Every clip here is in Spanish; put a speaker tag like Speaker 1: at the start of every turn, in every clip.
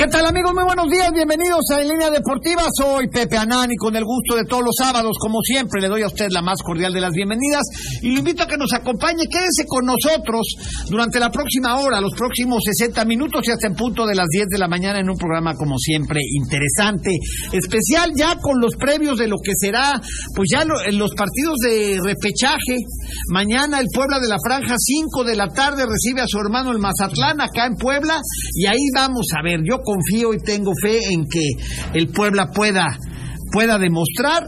Speaker 1: ¿Qué tal amigos? Muy buenos días, bienvenidos a En Línea Deportiva. Soy Pepe Anán y con el gusto de todos los sábados, como siempre, le doy a usted la más cordial de las bienvenidas y lo invito a que nos acompañe, quédese con nosotros durante la próxima hora, los próximos 60 minutos y hasta en punto de las 10 de la mañana en un programa como siempre interesante, especial ya con los previos de lo que será, pues ya lo- en los partidos de repechaje. Mañana el Puebla de la Franja, 5 de la tarde, recibe a su hermano el Mazatlán acá en Puebla y ahí vamos a ver, yo confío y tengo fe en que el Puebla pueda, pueda demostrar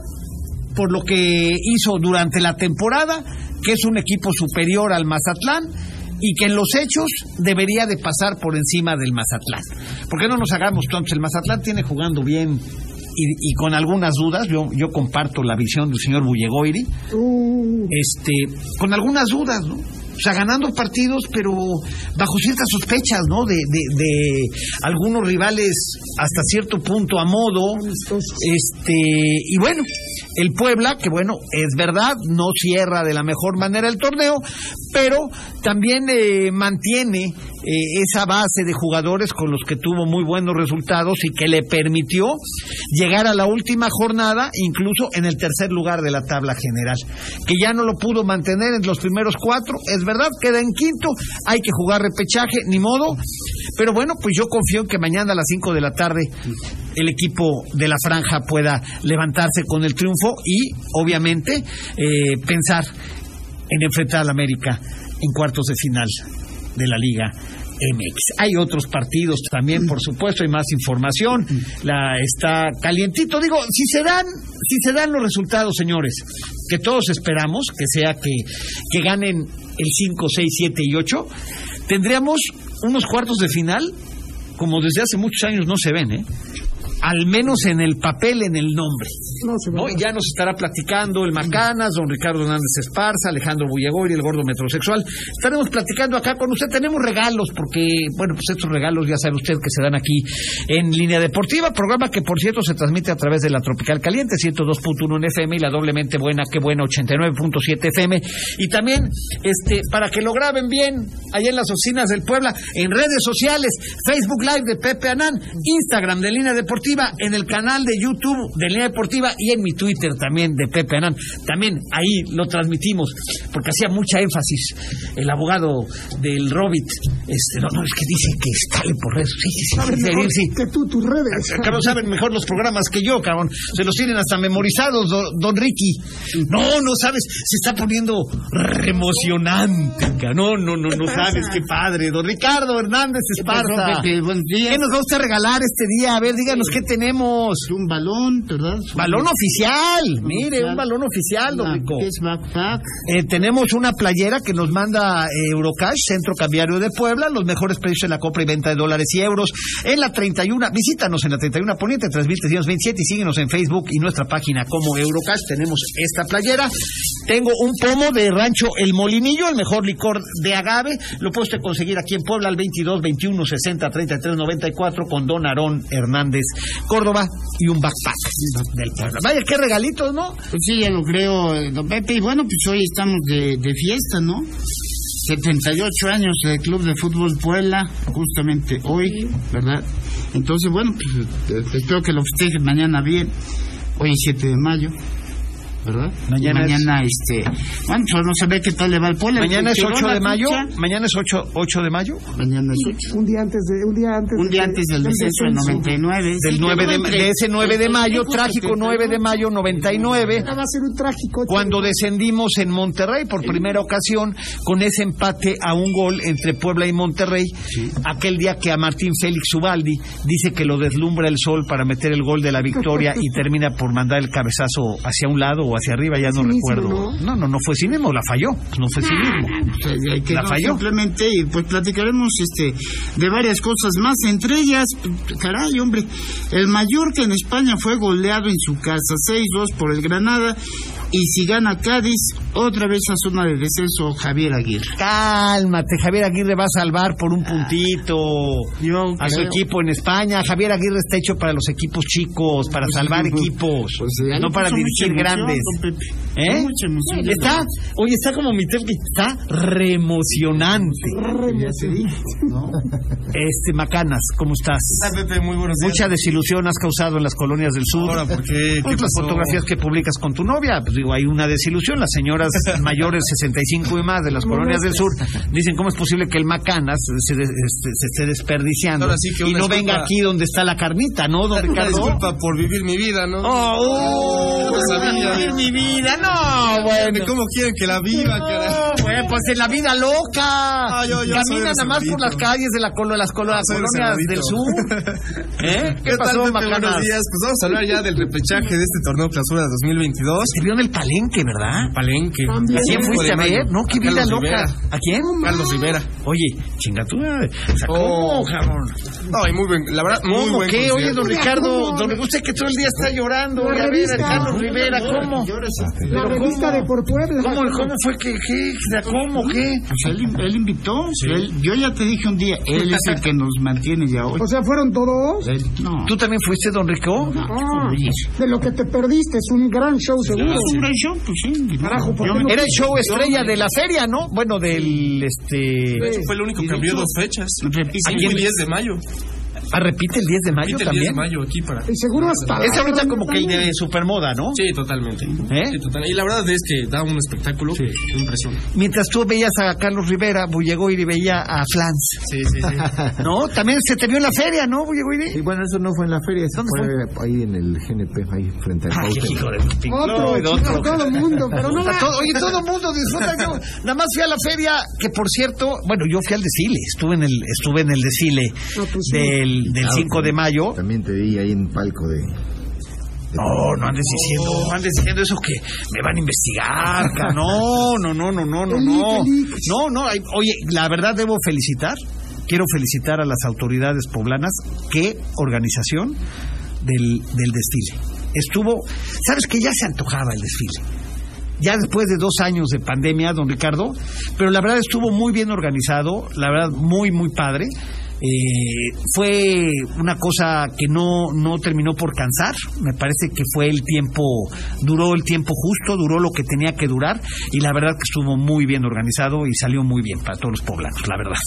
Speaker 1: por lo que hizo durante la temporada, que es un equipo superior al Mazatlán y que en los hechos debería de pasar por encima del Mazatlán. Porque no nos hagamos tontos, el Mazatlán tiene jugando bien y, y con algunas dudas, yo, yo comparto la visión del señor Bullegoiri, este, con algunas dudas, ¿no? O sea, ganando partidos, pero bajo ciertas sospechas, ¿no? De, de- de algunos rivales hasta cierto punto a modo. Este, y bueno, el Puebla, que bueno, es verdad, no cierra de la mejor manera el torneo, pero también eh, mantiene eh, esa base de jugadores con los que tuvo muy buenos resultados y que le permitió llegar a la última jornada, incluso en el tercer lugar de la tabla general, que ya no lo pudo mantener en los primeros cuatro, es verdad, queda en quinto, hay que jugar repechaje, ni modo, pero bueno, pues yo confío en que mañana a las cinco de la tarde el equipo de la franja pueda levantarse con el triunfo y obviamente eh, pensar en enfrentar al América en cuartos de final de la Liga MX. Hay otros partidos también, por supuesto, hay más información. La está calientito. Digo, si se dan, si se dan los resultados, señores, que todos esperamos, que sea que, que ganen el 5, 6, 7 y 8, tendríamos unos cuartos de final como desde hace muchos años no se ven, ¿eh? Al menos en el papel, en el nombre. ¿no? Y ya nos estará platicando el Macanas, don Ricardo Hernández Esparza, Alejandro Bullagoy, el gordo metrosexual. Estaremos platicando acá con usted. Tenemos regalos, porque, bueno, pues estos regalos ya sabe usted que se dan aquí en Línea Deportiva, programa que, por cierto, se transmite a través de la Tropical Caliente, 102.1 en FM y la doblemente buena, qué buena, 89.7 FM. Y también, este, para que lo graben bien, allá en las oficinas del Puebla, en redes sociales, Facebook Live de Pepe Anán, Instagram de Línea Deportiva, en el canal de YouTube de Línea Deportiva y en mi Twitter también de Pepe Anán. También ahí lo transmitimos, porque hacía mucha énfasis el abogado del Robit. Este, no, no, es que dice que está ahí por redes. Sí, sí, sí,
Speaker 2: sabes
Speaker 1: sí,
Speaker 2: mejor
Speaker 1: sí.
Speaker 2: que tú tus redes.
Speaker 1: Cabrón, saben mejor los programas que yo, cabrón. Se los tienen hasta memorizados, do- don, Ricky. No, no sabes, se está poniendo re emocionante. cabrón. No, no, no, no sabes, qué padre. Don Ricardo Hernández Esparza.
Speaker 3: Pepe? Buenos días.
Speaker 1: ¿Qué nos va usted a regalar este día? A ver, díganos qué tenemos.
Speaker 3: Un balón, ¿verdad?
Speaker 1: Balón oficial. Mire,
Speaker 3: oficial.
Speaker 1: un balón oficial, don
Speaker 3: Una-
Speaker 1: Rico.
Speaker 3: ¿qué es backpack?
Speaker 1: Eh, tenemos una playera que nos manda eh, Eurocash, Centro Cambiario de Puebla, los mejores precios en la compra y venta de dólares y euros. En la 31, visítanos en la 31 Poniente 3327 y síguenos en Facebook y nuestra página como Eurocash. Tenemos esta playera. Tengo un pomo de Rancho El Molinillo, el mejor licor de agave. Lo puede usted conseguir aquí en Puebla al 22 21 60 33 94 con Don Aarón Hernández Córdoba y un backpack del Puebla. Vaya, qué regalitos, ¿no?
Speaker 3: Pues sí, ya lo creo, eh, don Pepe. Y bueno, pues hoy estamos de, de fiesta, ¿no? 78 años del Club de Fútbol Puebla, justamente hoy, ¿verdad? Entonces, bueno, pues eh, espero que lo festejen mañana bien. Hoy es 7 de mayo, ¿verdad? Y
Speaker 1: Mañana es-
Speaker 3: mañana este. Bueno, pues vamos a ver qué tal le va al Puebla.
Speaker 1: Mañana es
Speaker 3: Tiró
Speaker 1: 8
Speaker 3: la
Speaker 1: de mayo.
Speaker 3: ficha.
Speaker 1: Mañana es 8, 8 de mayo.
Speaker 3: Mañana es 8.
Speaker 2: Un día antes de un día antes
Speaker 3: Un día antes del descenso del 99.
Speaker 1: Del 9 de, de ese 9 de mayo, trágico 9 de mayo 99.
Speaker 2: Va a ser un
Speaker 3: pues,
Speaker 2: trágico.
Speaker 1: Cuando descendimos en Monterrey por primera ocasión con ese empate a un gol entre Puebla y Monterrey, aquel día que a Martín Félix Ubaldi dice que lo deslumbra el sol para meter el gol de la victoria y termina por mandar el cabezazo hacia un lado o hacia arriba, ya no
Speaker 2: Cinismo,
Speaker 1: recuerdo. No, no, no fue cinismo, la falló, no fue cinismo.
Speaker 3: O sea, ya que
Speaker 1: Pues, La
Speaker 3: no,
Speaker 1: falló.
Speaker 3: Simplemente, y pues platicaremos este, de varias cosas más, entre ellas, caray, hombre, el Mallorca en España fue goleado en su casa 6-2 por el Granada Y si gana Cádiz, otra vez a zona de descenso Javier Aguirre.
Speaker 1: Cálmate, Javier Aguirre va a salvar por
Speaker 3: Ah,
Speaker 1: un puntito
Speaker 3: Yo
Speaker 1: a su
Speaker 3: creo-
Speaker 1: equipo en España. Javier Aguirre está hecho para los equipos chicos, para salvar equipos,
Speaker 3: Pues, eh,
Speaker 1: no
Speaker 3: le
Speaker 1: para
Speaker 3: puso
Speaker 1: dirigir
Speaker 3: mucha emoción,
Speaker 1: grandes.
Speaker 3: don Pepe.
Speaker 1: ¿Eh?
Speaker 3: Mucha emoción.
Speaker 1: Está, oye, está como mi tef- está remocionante.
Speaker 3: Ya te dije, ¿no?
Speaker 1: Este, Macanas, ¿cómo estás?
Speaker 4: muy buenos días.
Speaker 1: Mucha desilusión has causado en las colonias del sur.
Speaker 4: Ahora, ¿por qué? ¿Qué
Speaker 1: Pues las
Speaker 4: pasó?
Speaker 1: fotografías que publicas con tu novia, pues digo, hay una desilusión. Las señoras mayores, 65 y más, de las colonias del sur, dicen, ¿cómo es posible que el Macanas se, de- este, se esté desperdiciando
Speaker 4: Ahora sí que
Speaker 1: y
Speaker 4: una
Speaker 1: no
Speaker 4: disculpa.
Speaker 1: venga aquí donde está la carnita, ¿no? Donde
Speaker 4: Una
Speaker 1: Carlos...
Speaker 4: disculpa por vivir mi vida, ¿no?
Speaker 1: ¡Oh!
Speaker 4: No sabía.
Speaker 1: vivir mi vida! ¡No, bueno!
Speaker 4: ¿Cómo quieren que la viva,
Speaker 1: No,
Speaker 4: carajo?
Speaker 1: güey, pues en la vida loca.
Speaker 4: Ah, yo- yo soy de
Speaker 1: Camina nada más
Speaker 4: Cerradito.
Speaker 1: por las calles de la colo, las colo- las
Speaker 4: soy de
Speaker 1: colonias del sur.
Speaker 4: Cerradito.
Speaker 1: ¿Eh? ¿Qué,
Speaker 4: ¿Qué tal,
Speaker 1: pasó,
Speaker 4: Pepe?
Speaker 1: Macanas?
Speaker 4: Buenos días. Pues vamos a hablar ya del repechaje de este torneo Clausura 2022.
Speaker 1: Se vio en el palenque, ¿verdad?
Speaker 4: Palenque.
Speaker 1: ¿A quién fuiste a ver? No, qué vida
Speaker 4: Carlos
Speaker 1: loca.
Speaker 4: Rivera.
Speaker 1: ¿A quién?
Speaker 4: Carlos Rivera.
Speaker 1: Oye, chingatura. O sea, ¿cómo,
Speaker 4: Oh.
Speaker 1: cabrón?
Speaker 4: No, y muy buen, la verdad, muy
Speaker 1: ¿Cómo
Speaker 4: buen
Speaker 1: qué? Oye,
Speaker 4: concierto.
Speaker 1: don Ricardo, don Ricardo, usted que todo el día está llorando.
Speaker 2: La
Speaker 1: oye, a ver,
Speaker 2: revista.
Speaker 1: a Carlos Rivera, ¿cómo?
Speaker 4: Ah,
Speaker 2: La revista de Por Puebla.
Speaker 1: ¿Cómo, cómo fue que, qué, ¿De cómo, qué?
Speaker 3: Pues él, él invitó. Él- yo ya te dije un día, él es el que nos mantiene ya hoy.
Speaker 2: O sea, fueron todos
Speaker 3: Él- no.
Speaker 1: Pues, ¿Tú también fuiste, don Rico?
Speaker 3: no,
Speaker 2: Ah.
Speaker 3: oye.
Speaker 2: de lo que te perdiste. Es un gran show, seguro.
Speaker 3: Es un gran show, pues sí.
Speaker 2: Carajo, ¿por
Speaker 3: Yo
Speaker 2: qué
Speaker 3: me-
Speaker 2: no-
Speaker 1: Era el show estrella de la feria, ¿no? Bueno, del, este...
Speaker 4: Fue el único
Speaker 3: Y
Speaker 4: que
Speaker 3: de
Speaker 4: abrió
Speaker 3: hecho,
Speaker 4: dos fechas.
Speaker 3: repite-
Speaker 4: Aquí el 10 de mayo.
Speaker 1: Ah, repite el 10 de mayo
Speaker 4: Repite el 10 de
Speaker 1: también.
Speaker 4: mayo aquí para...
Speaker 2: Y seguro hasta.
Speaker 1: Es ahorita como que de supermoda, ¿no? ¿Eh?
Speaker 4: Sí, totalmente. Sí, total- Y la verdad es que da un espectáculo que impresiona.
Speaker 1: Mientras tú veías a Carlos Rivera, Bullegoiri veía a Flans.
Speaker 4: Sí, sí, sí.
Speaker 1: ¿No? También se te vio en la feria, ¿no, Bullegoiri?
Speaker 5: Y bueno, eso no fue en la feria, eso
Speaker 1: ¿Dónde
Speaker 5: fue, ahí en el GNP, ahí frente
Speaker 1: Ah,
Speaker 5: al Cuauhtémoc.
Speaker 2: Otro, chingado, todo el mundo. Pero no
Speaker 1: A
Speaker 2: la.
Speaker 1: todo- oye, todo el mundo disfruta. Yo nada más fui a la feria, que por cierto, bueno, yo fui al desfile, estuve en el, estuve en el desfile
Speaker 2: No, pues sí.
Speaker 1: del, del 5 de mayo.
Speaker 5: También te vi ahí en palco de...
Speaker 1: No, no andes diciendo, no andes diciendo eso que me van a investigar. ca- No, no, no, no, no, no, no. No, no, ay, oye, la verdad debo felicitar, quiero felicitar a las autoridades poblanas, qué organización del, del desfile. Estuvo, sabes que ya se antojaba el desfile. Ya después de dos años de pandemia, don Ricardo, pero la verdad estuvo muy bien organizado, la verdad muy, muy padre. Eh, fue una cosa que no, no terminó por cansar, me parece que fue el tiempo, duró el tiempo justo, duró lo que tenía que durar y la verdad que estuvo muy bien organizado y salió muy bien para todos los poblanos, la verdad.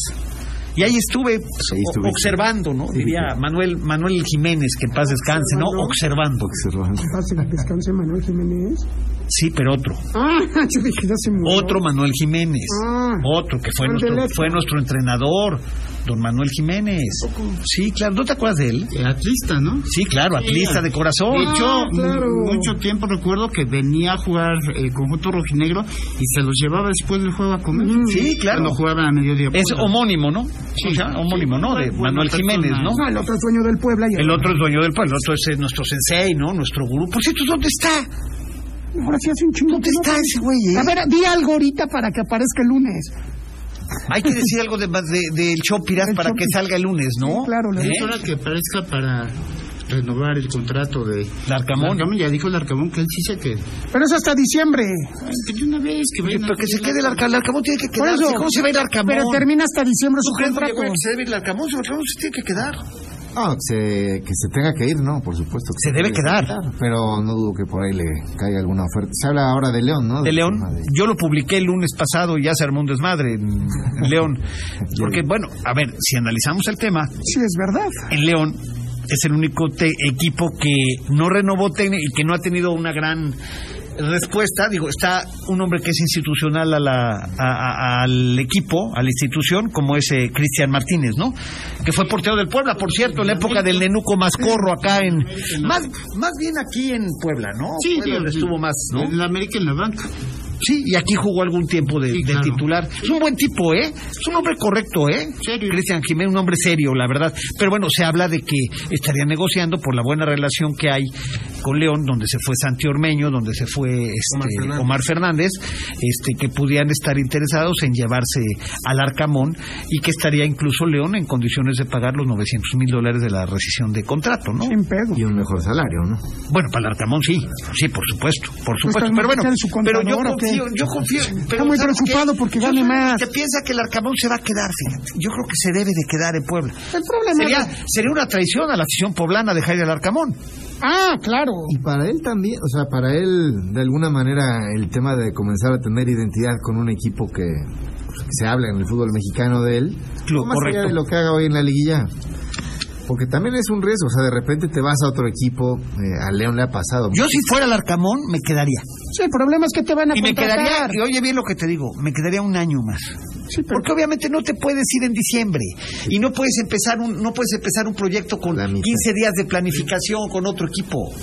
Speaker 1: Y ahí estuve, pues,
Speaker 5: Ahí
Speaker 1: o-
Speaker 5: estuviste.
Speaker 1: observando, ¿no? Diría Manuel, Manuel Jiménez, que en paz descanse, ¿no? Observando.
Speaker 5: Cerrando.
Speaker 2: Pase que descanse Manuel Jiménez.
Speaker 1: Sí, pero otro.
Speaker 2: Ah, yo dije, ya se murió.
Speaker 1: Otro Manuel Jiménez.
Speaker 2: Ah.
Speaker 1: Otro que fue
Speaker 2: Juan de
Speaker 1: nuestro,
Speaker 2: Letra.
Speaker 1: fue nuestro entrenador, don Manuel Jiménez. Sí, claro. ¿No te acuerdas de él?
Speaker 3: Eh, Atlista, ¿no?
Speaker 1: ¿Ah? Sí, claro, atlista de corazón.
Speaker 3: De hecho,
Speaker 2: Ah, claro.
Speaker 3: mucho tiempo recuerdo que venía a jugar el conjunto rojinegro y se los llevaba después del juego a comer.
Speaker 1: Sí, claro.
Speaker 3: Cuando jugaban a mediodía.
Speaker 1: es
Speaker 3: Puebla.
Speaker 1: homónimo, ¿no? O sea, homónimo, ¿no? De
Speaker 3: Buena
Speaker 1: Manuel
Speaker 3: persona.
Speaker 1: Jiménez, ¿no?
Speaker 2: Ah, el otro es dueño del Puebla. Y
Speaker 1: El otro es dueño del pueblo, el otro es eh, nuestro sensei, ¿no? Nuestro gurú. Por cierto, ¿dónde está?
Speaker 2: Ahora sí hace un chingo.
Speaker 1: ¿Dónde
Speaker 2: que no
Speaker 1: está ese güey? eh?
Speaker 2: A ver, di algo ahorita para que aparezca el lunes.
Speaker 1: Hay que decir algo de, de- del Chopiras
Speaker 2: El
Speaker 1: para que
Speaker 2: Chopiras.
Speaker 1: salga el lunes, ¿no?
Speaker 2: Sí, claro, la
Speaker 3: Es
Speaker 1: ¿Eh?
Speaker 3: hora que aparezca para renovar el contrato de...
Speaker 1: Larcamón.
Speaker 3: Larcamón, ya dijo el Arcamón que él sí se queda.
Speaker 2: Pero es hasta diciembre.
Speaker 3: Ay, que de una vez que vayan a-
Speaker 1: Pero que se quede el Arcamón. El Arcamón tiene que
Speaker 2: Por
Speaker 1: quedarse.
Speaker 2: eso.
Speaker 1: ¿Cómo se va el Arcamón?
Speaker 2: Pero termina hasta diciembre su
Speaker 1: ¿Crees que
Speaker 2: contrato.
Speaker 1: se debe ir el Arcamón? El Arcamón se tiene que quedar.
Speaker 5: Ah, que se, que se tenga que ir, no, por supuesto. que
Speaker 1: Se debe
Speaker 5: tenga que
Speaker 1: quedar.
Speaker 5: Pero no dudo que por ahí le caiga alguna oferta. Se habla ahora de León, ¿no?
Speaker 1: de León.
Speaker 5: Ah, de-
Speaker 1: Yo lo publiqué el lunes pasado y ya se armó un desmadre en en León. Porque, bueno, a ver, si analizamos el tema,
Speaker 2: Sí, es verdad.
Speaker 1: en León es el único te- equipo que no renovó técnico y que no ha tenido una gran respuesta. Digo, está un hombre que es institucional a la, a- a- al equipo, a la institución, como es eh, Cristian Martínez, ¿no? Que fue portero del Puebla, por cierto, en la época del Nenuco Mascorro acá en... Más, más bien aquí en Puebla, ¿no?
Speaker 3: Sí,
Speaker 1: Fue donde
Speaker 3: sí.
Speaker 1: estuvo más, ¿no?
Speaker 3: En la América en la banca.
Speaker 1: Sí, y aquí jugó algún tiempo de,
Speaker 3: Sí,
Speaker 1: de
Speaker 3: claro.
Speaker 1: titular. Es un buen tipo, ¿eh? Es un hombre correcto, ¿eh?
Speaker 3: Serio.
Speaker 1: Cristian Jiménez, un hombre serio, la verdad. Pero bueno, se habla de que estaría negociando por la buena relación que hay con León, donde se fue Santi Ormeño, donde se fue este, Omar Fernández, este, que pudieran estar interesados en llevarse al Arcamón y que estaría incluso León en condiciones de pagar los 900 mil dólares de la rescisión de contrato, ¿no?
Speaker 2: Sin pedo.
Speaker 5: Y un mejor salario, ¿no?
Speaker 1: Bueno, para el Arcamón sí, sí, por supuesto, por supuesto.
Speaker 2: también
Speaker 1: Pero bueno,
Speaker 2: está Pues, en su
Speaker 1: pero yo
Speaker 2: contador, ¿o qué?
Speaker 1: confío, yo confío. pero
Speaker 2: muy
Speaker 1: ¿sabes qué?
Speaker 2: preocupado porque
Speaker 1: Yo
Speaker 2: gane
Speaker 1: soy
Speaker 2: más.
Speaker 1: Que piensa que el Arcamón se va a quedar, fíjate. Yo creo que se debe de quedar en Puebla.
Speaker 2: El problema
Speaker 1: Sería, sería una traición a la afición poblana dejar ir al Arcamón.
Speaker 2: Ah, claro.
Speaker 5: Y para él también, o sea, para él, de alguna manera, el tema de comenzar a tener identidad con un equipo que pues, que se habla en el fútbol mexicano de él, pues,
Speaker 1: Lo
Speaker 5: más allá
Speaker 1: correcto.
Speaker 5: de lo que haga hoy en la liguilla. Porque también es un riesgo, o sea, de repente te vas a otro equipo, eh, a León le ha pasado.
Speaker 1: Yo si fuera el Arcamón me quedaría.
Speaker 2: Sí, pues el problema es que te van a
Speaker 1: Y me
Speaker 2: contratar.
Speaker 1: quedaría, y oye bien lo que te digo, me quedaría un año más.
Speaker 2: Sí, pero-
Speaker 1: Porque obviamente no te puedes ir en diciembre y no puedes empezar un no puedes empezar un proyecto con
Speaker 5: La mitad.
Speaker 1: 15 días de planificación con otro equipo.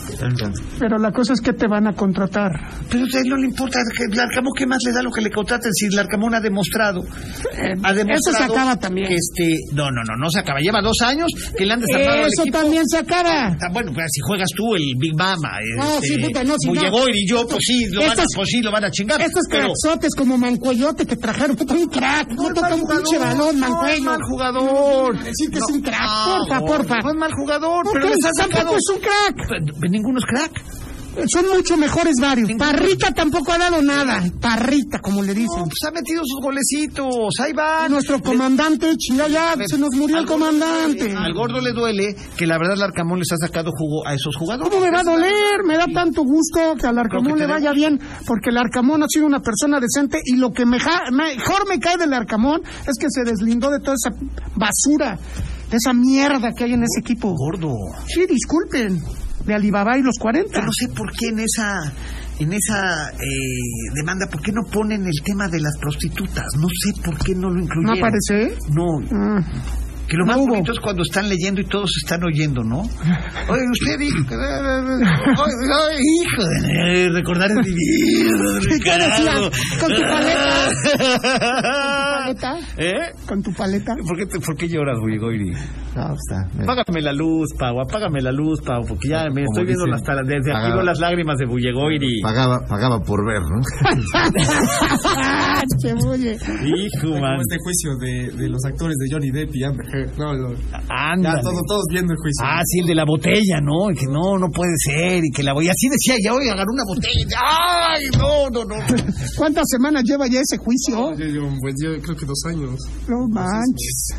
Speaker 2: Pero la cosa es que te van a contratar.
Speaker 1: Pero a usted Pues, no le importa, el Arcamón, ¿qué más le da lo que le contraten? Si el Arcamón ha demostrado, ha demostrado
Speaker 2: eso se acaba también.
Speaker 1: que este, no, no, no, no se acaba. Lleva dos años que le han desarmado al
Speaker 2: Eso
Speaker 1: equipo.
Speaker 2: también se acaba.
Speaker 1: Ah, bueno, pues si juegas tú el Big Mama,
Speaker 2: No,
Speaker 1: este,
Speaker 2: Ah, sí, puta, no, sí, no.
Speaker 1: Bullegoir y yo, pues sí, lo van a,
Speaker 2: Estos-
Speaker 1: pues sí, lo van a chingar.
Speaker 2: Estos
Speaker 1: pero-
Speaker 2: craxotes como Mancuellote que trajeron, puta, un crack. No toca un pinche balón, Mancuello.
Speaker 1: jugador.
Speaker 2: Decir que es un crack, porfa, porfa.
Speaker 1: No es mal jugador,
Speaker 2: Ok,
Speaker 1: pero les ha sacado.
Speaker 2: tampoco es un crack.
Speaker 1: Pero Ninguno es crack.
Speaker 2: Son mucho mejores varios. Parrita tampoco ha dado nada. Parrita, como
Speaker 1: No,
Speaker 2: le dicen.
Speaker 1: pues ha metido sus golecitos. Ahí
Speaker 2: Y
Speaker 1: van.
Speaker 2: Nuestro comandante, chinga ya, se nos murió el
Speaker 1: Pues, Al gordo le
Speaker 2: comandante.
Speaker 1: duele, Al gordo le duele que la verdad el Arcamón les ha sacado jugo a esos jugadores.
Speaker 2: ¿Cómo me va a doler? Me da tanto gusto que al
Speaker 1: Creo
Speaker 2: Arcamón
Speaker 1: que
Speaker 2: le
Speaker 1: te
Speaker 2: vaya bien, porque el Arcamón ha sido una persona decente y lo que meja- mejor me cae del Arcamón es que se deslindó de toda esa basura, de esa mierda que hay en ese equipo.
Speaker 1: Gordo.
Speaker 2: Sí, disculpen, de Alibaba y los 40.
Speaker 1: Yo no sé por qué en esa en esa eh, demanda, ¿por qué no ponen el tema de las prostitutas? No sé por qué no lo
Speaker 2: ¿No
Speaker 1: incluyeron.
Speaker 2: aparece?
Speaker 1: No,
Speaker 2: Mm.
Speaker 1: Que lo más
Speaker 2: No hubo.
Speaker 1: bonito es cuando están leyendo y todos están oyendo, ¿no? Oye, usted dijo que... eh, Ay, ay, hijo de... eh, Recordar es vivir.
Speaker 2: ¿Qué
Speaker 1: Ricardo.
Speaker 2: decías? ¿Con tu paleta?
Speaker 1: ¿Eh?
Speaker 2: ¿Con tu paleta?
Speaker 1: ¿Por qué, te- por qué lloras, Goiri?
Speaker 5: No, está. eh,
Speaker 1: Apágame la luz, Pau, apágame la luz, Pau, porque ya me estoy viendo
Speaker 5: dicen,
Speaker 1: las tala- desde aquí
Speaker 5: apagada.
Speaker 1: veo las lágrimas de Bullegoiri.
Speaker 5: Pagaba, pagaba por ver, ¿no?
Speaker 2: ¡Ah, che, oye!
Speaker 1: Hijo,
Speaker 4: Como
Speaker 1: man.
Speaker 4: este juicio de, de los actores de Johnny Depp y Amber Heard. No, lo- ya
Speaker 1: Ándale.
Speaker 4: todos, todos viendo el juicio.
Speaker 1: Ah, sí, el de la botella, ¿no? Y que no, no puede ser, y que la voy... Así decía, ya voy a agarrar una botella. ¡Ay, no, no, no!
Speaker 2: ¿Cuántas semanas lleva ya ese juicio?
Speaker 4: Yo, yo, pues, yo creo que dos años.
Speaker 2: No manches.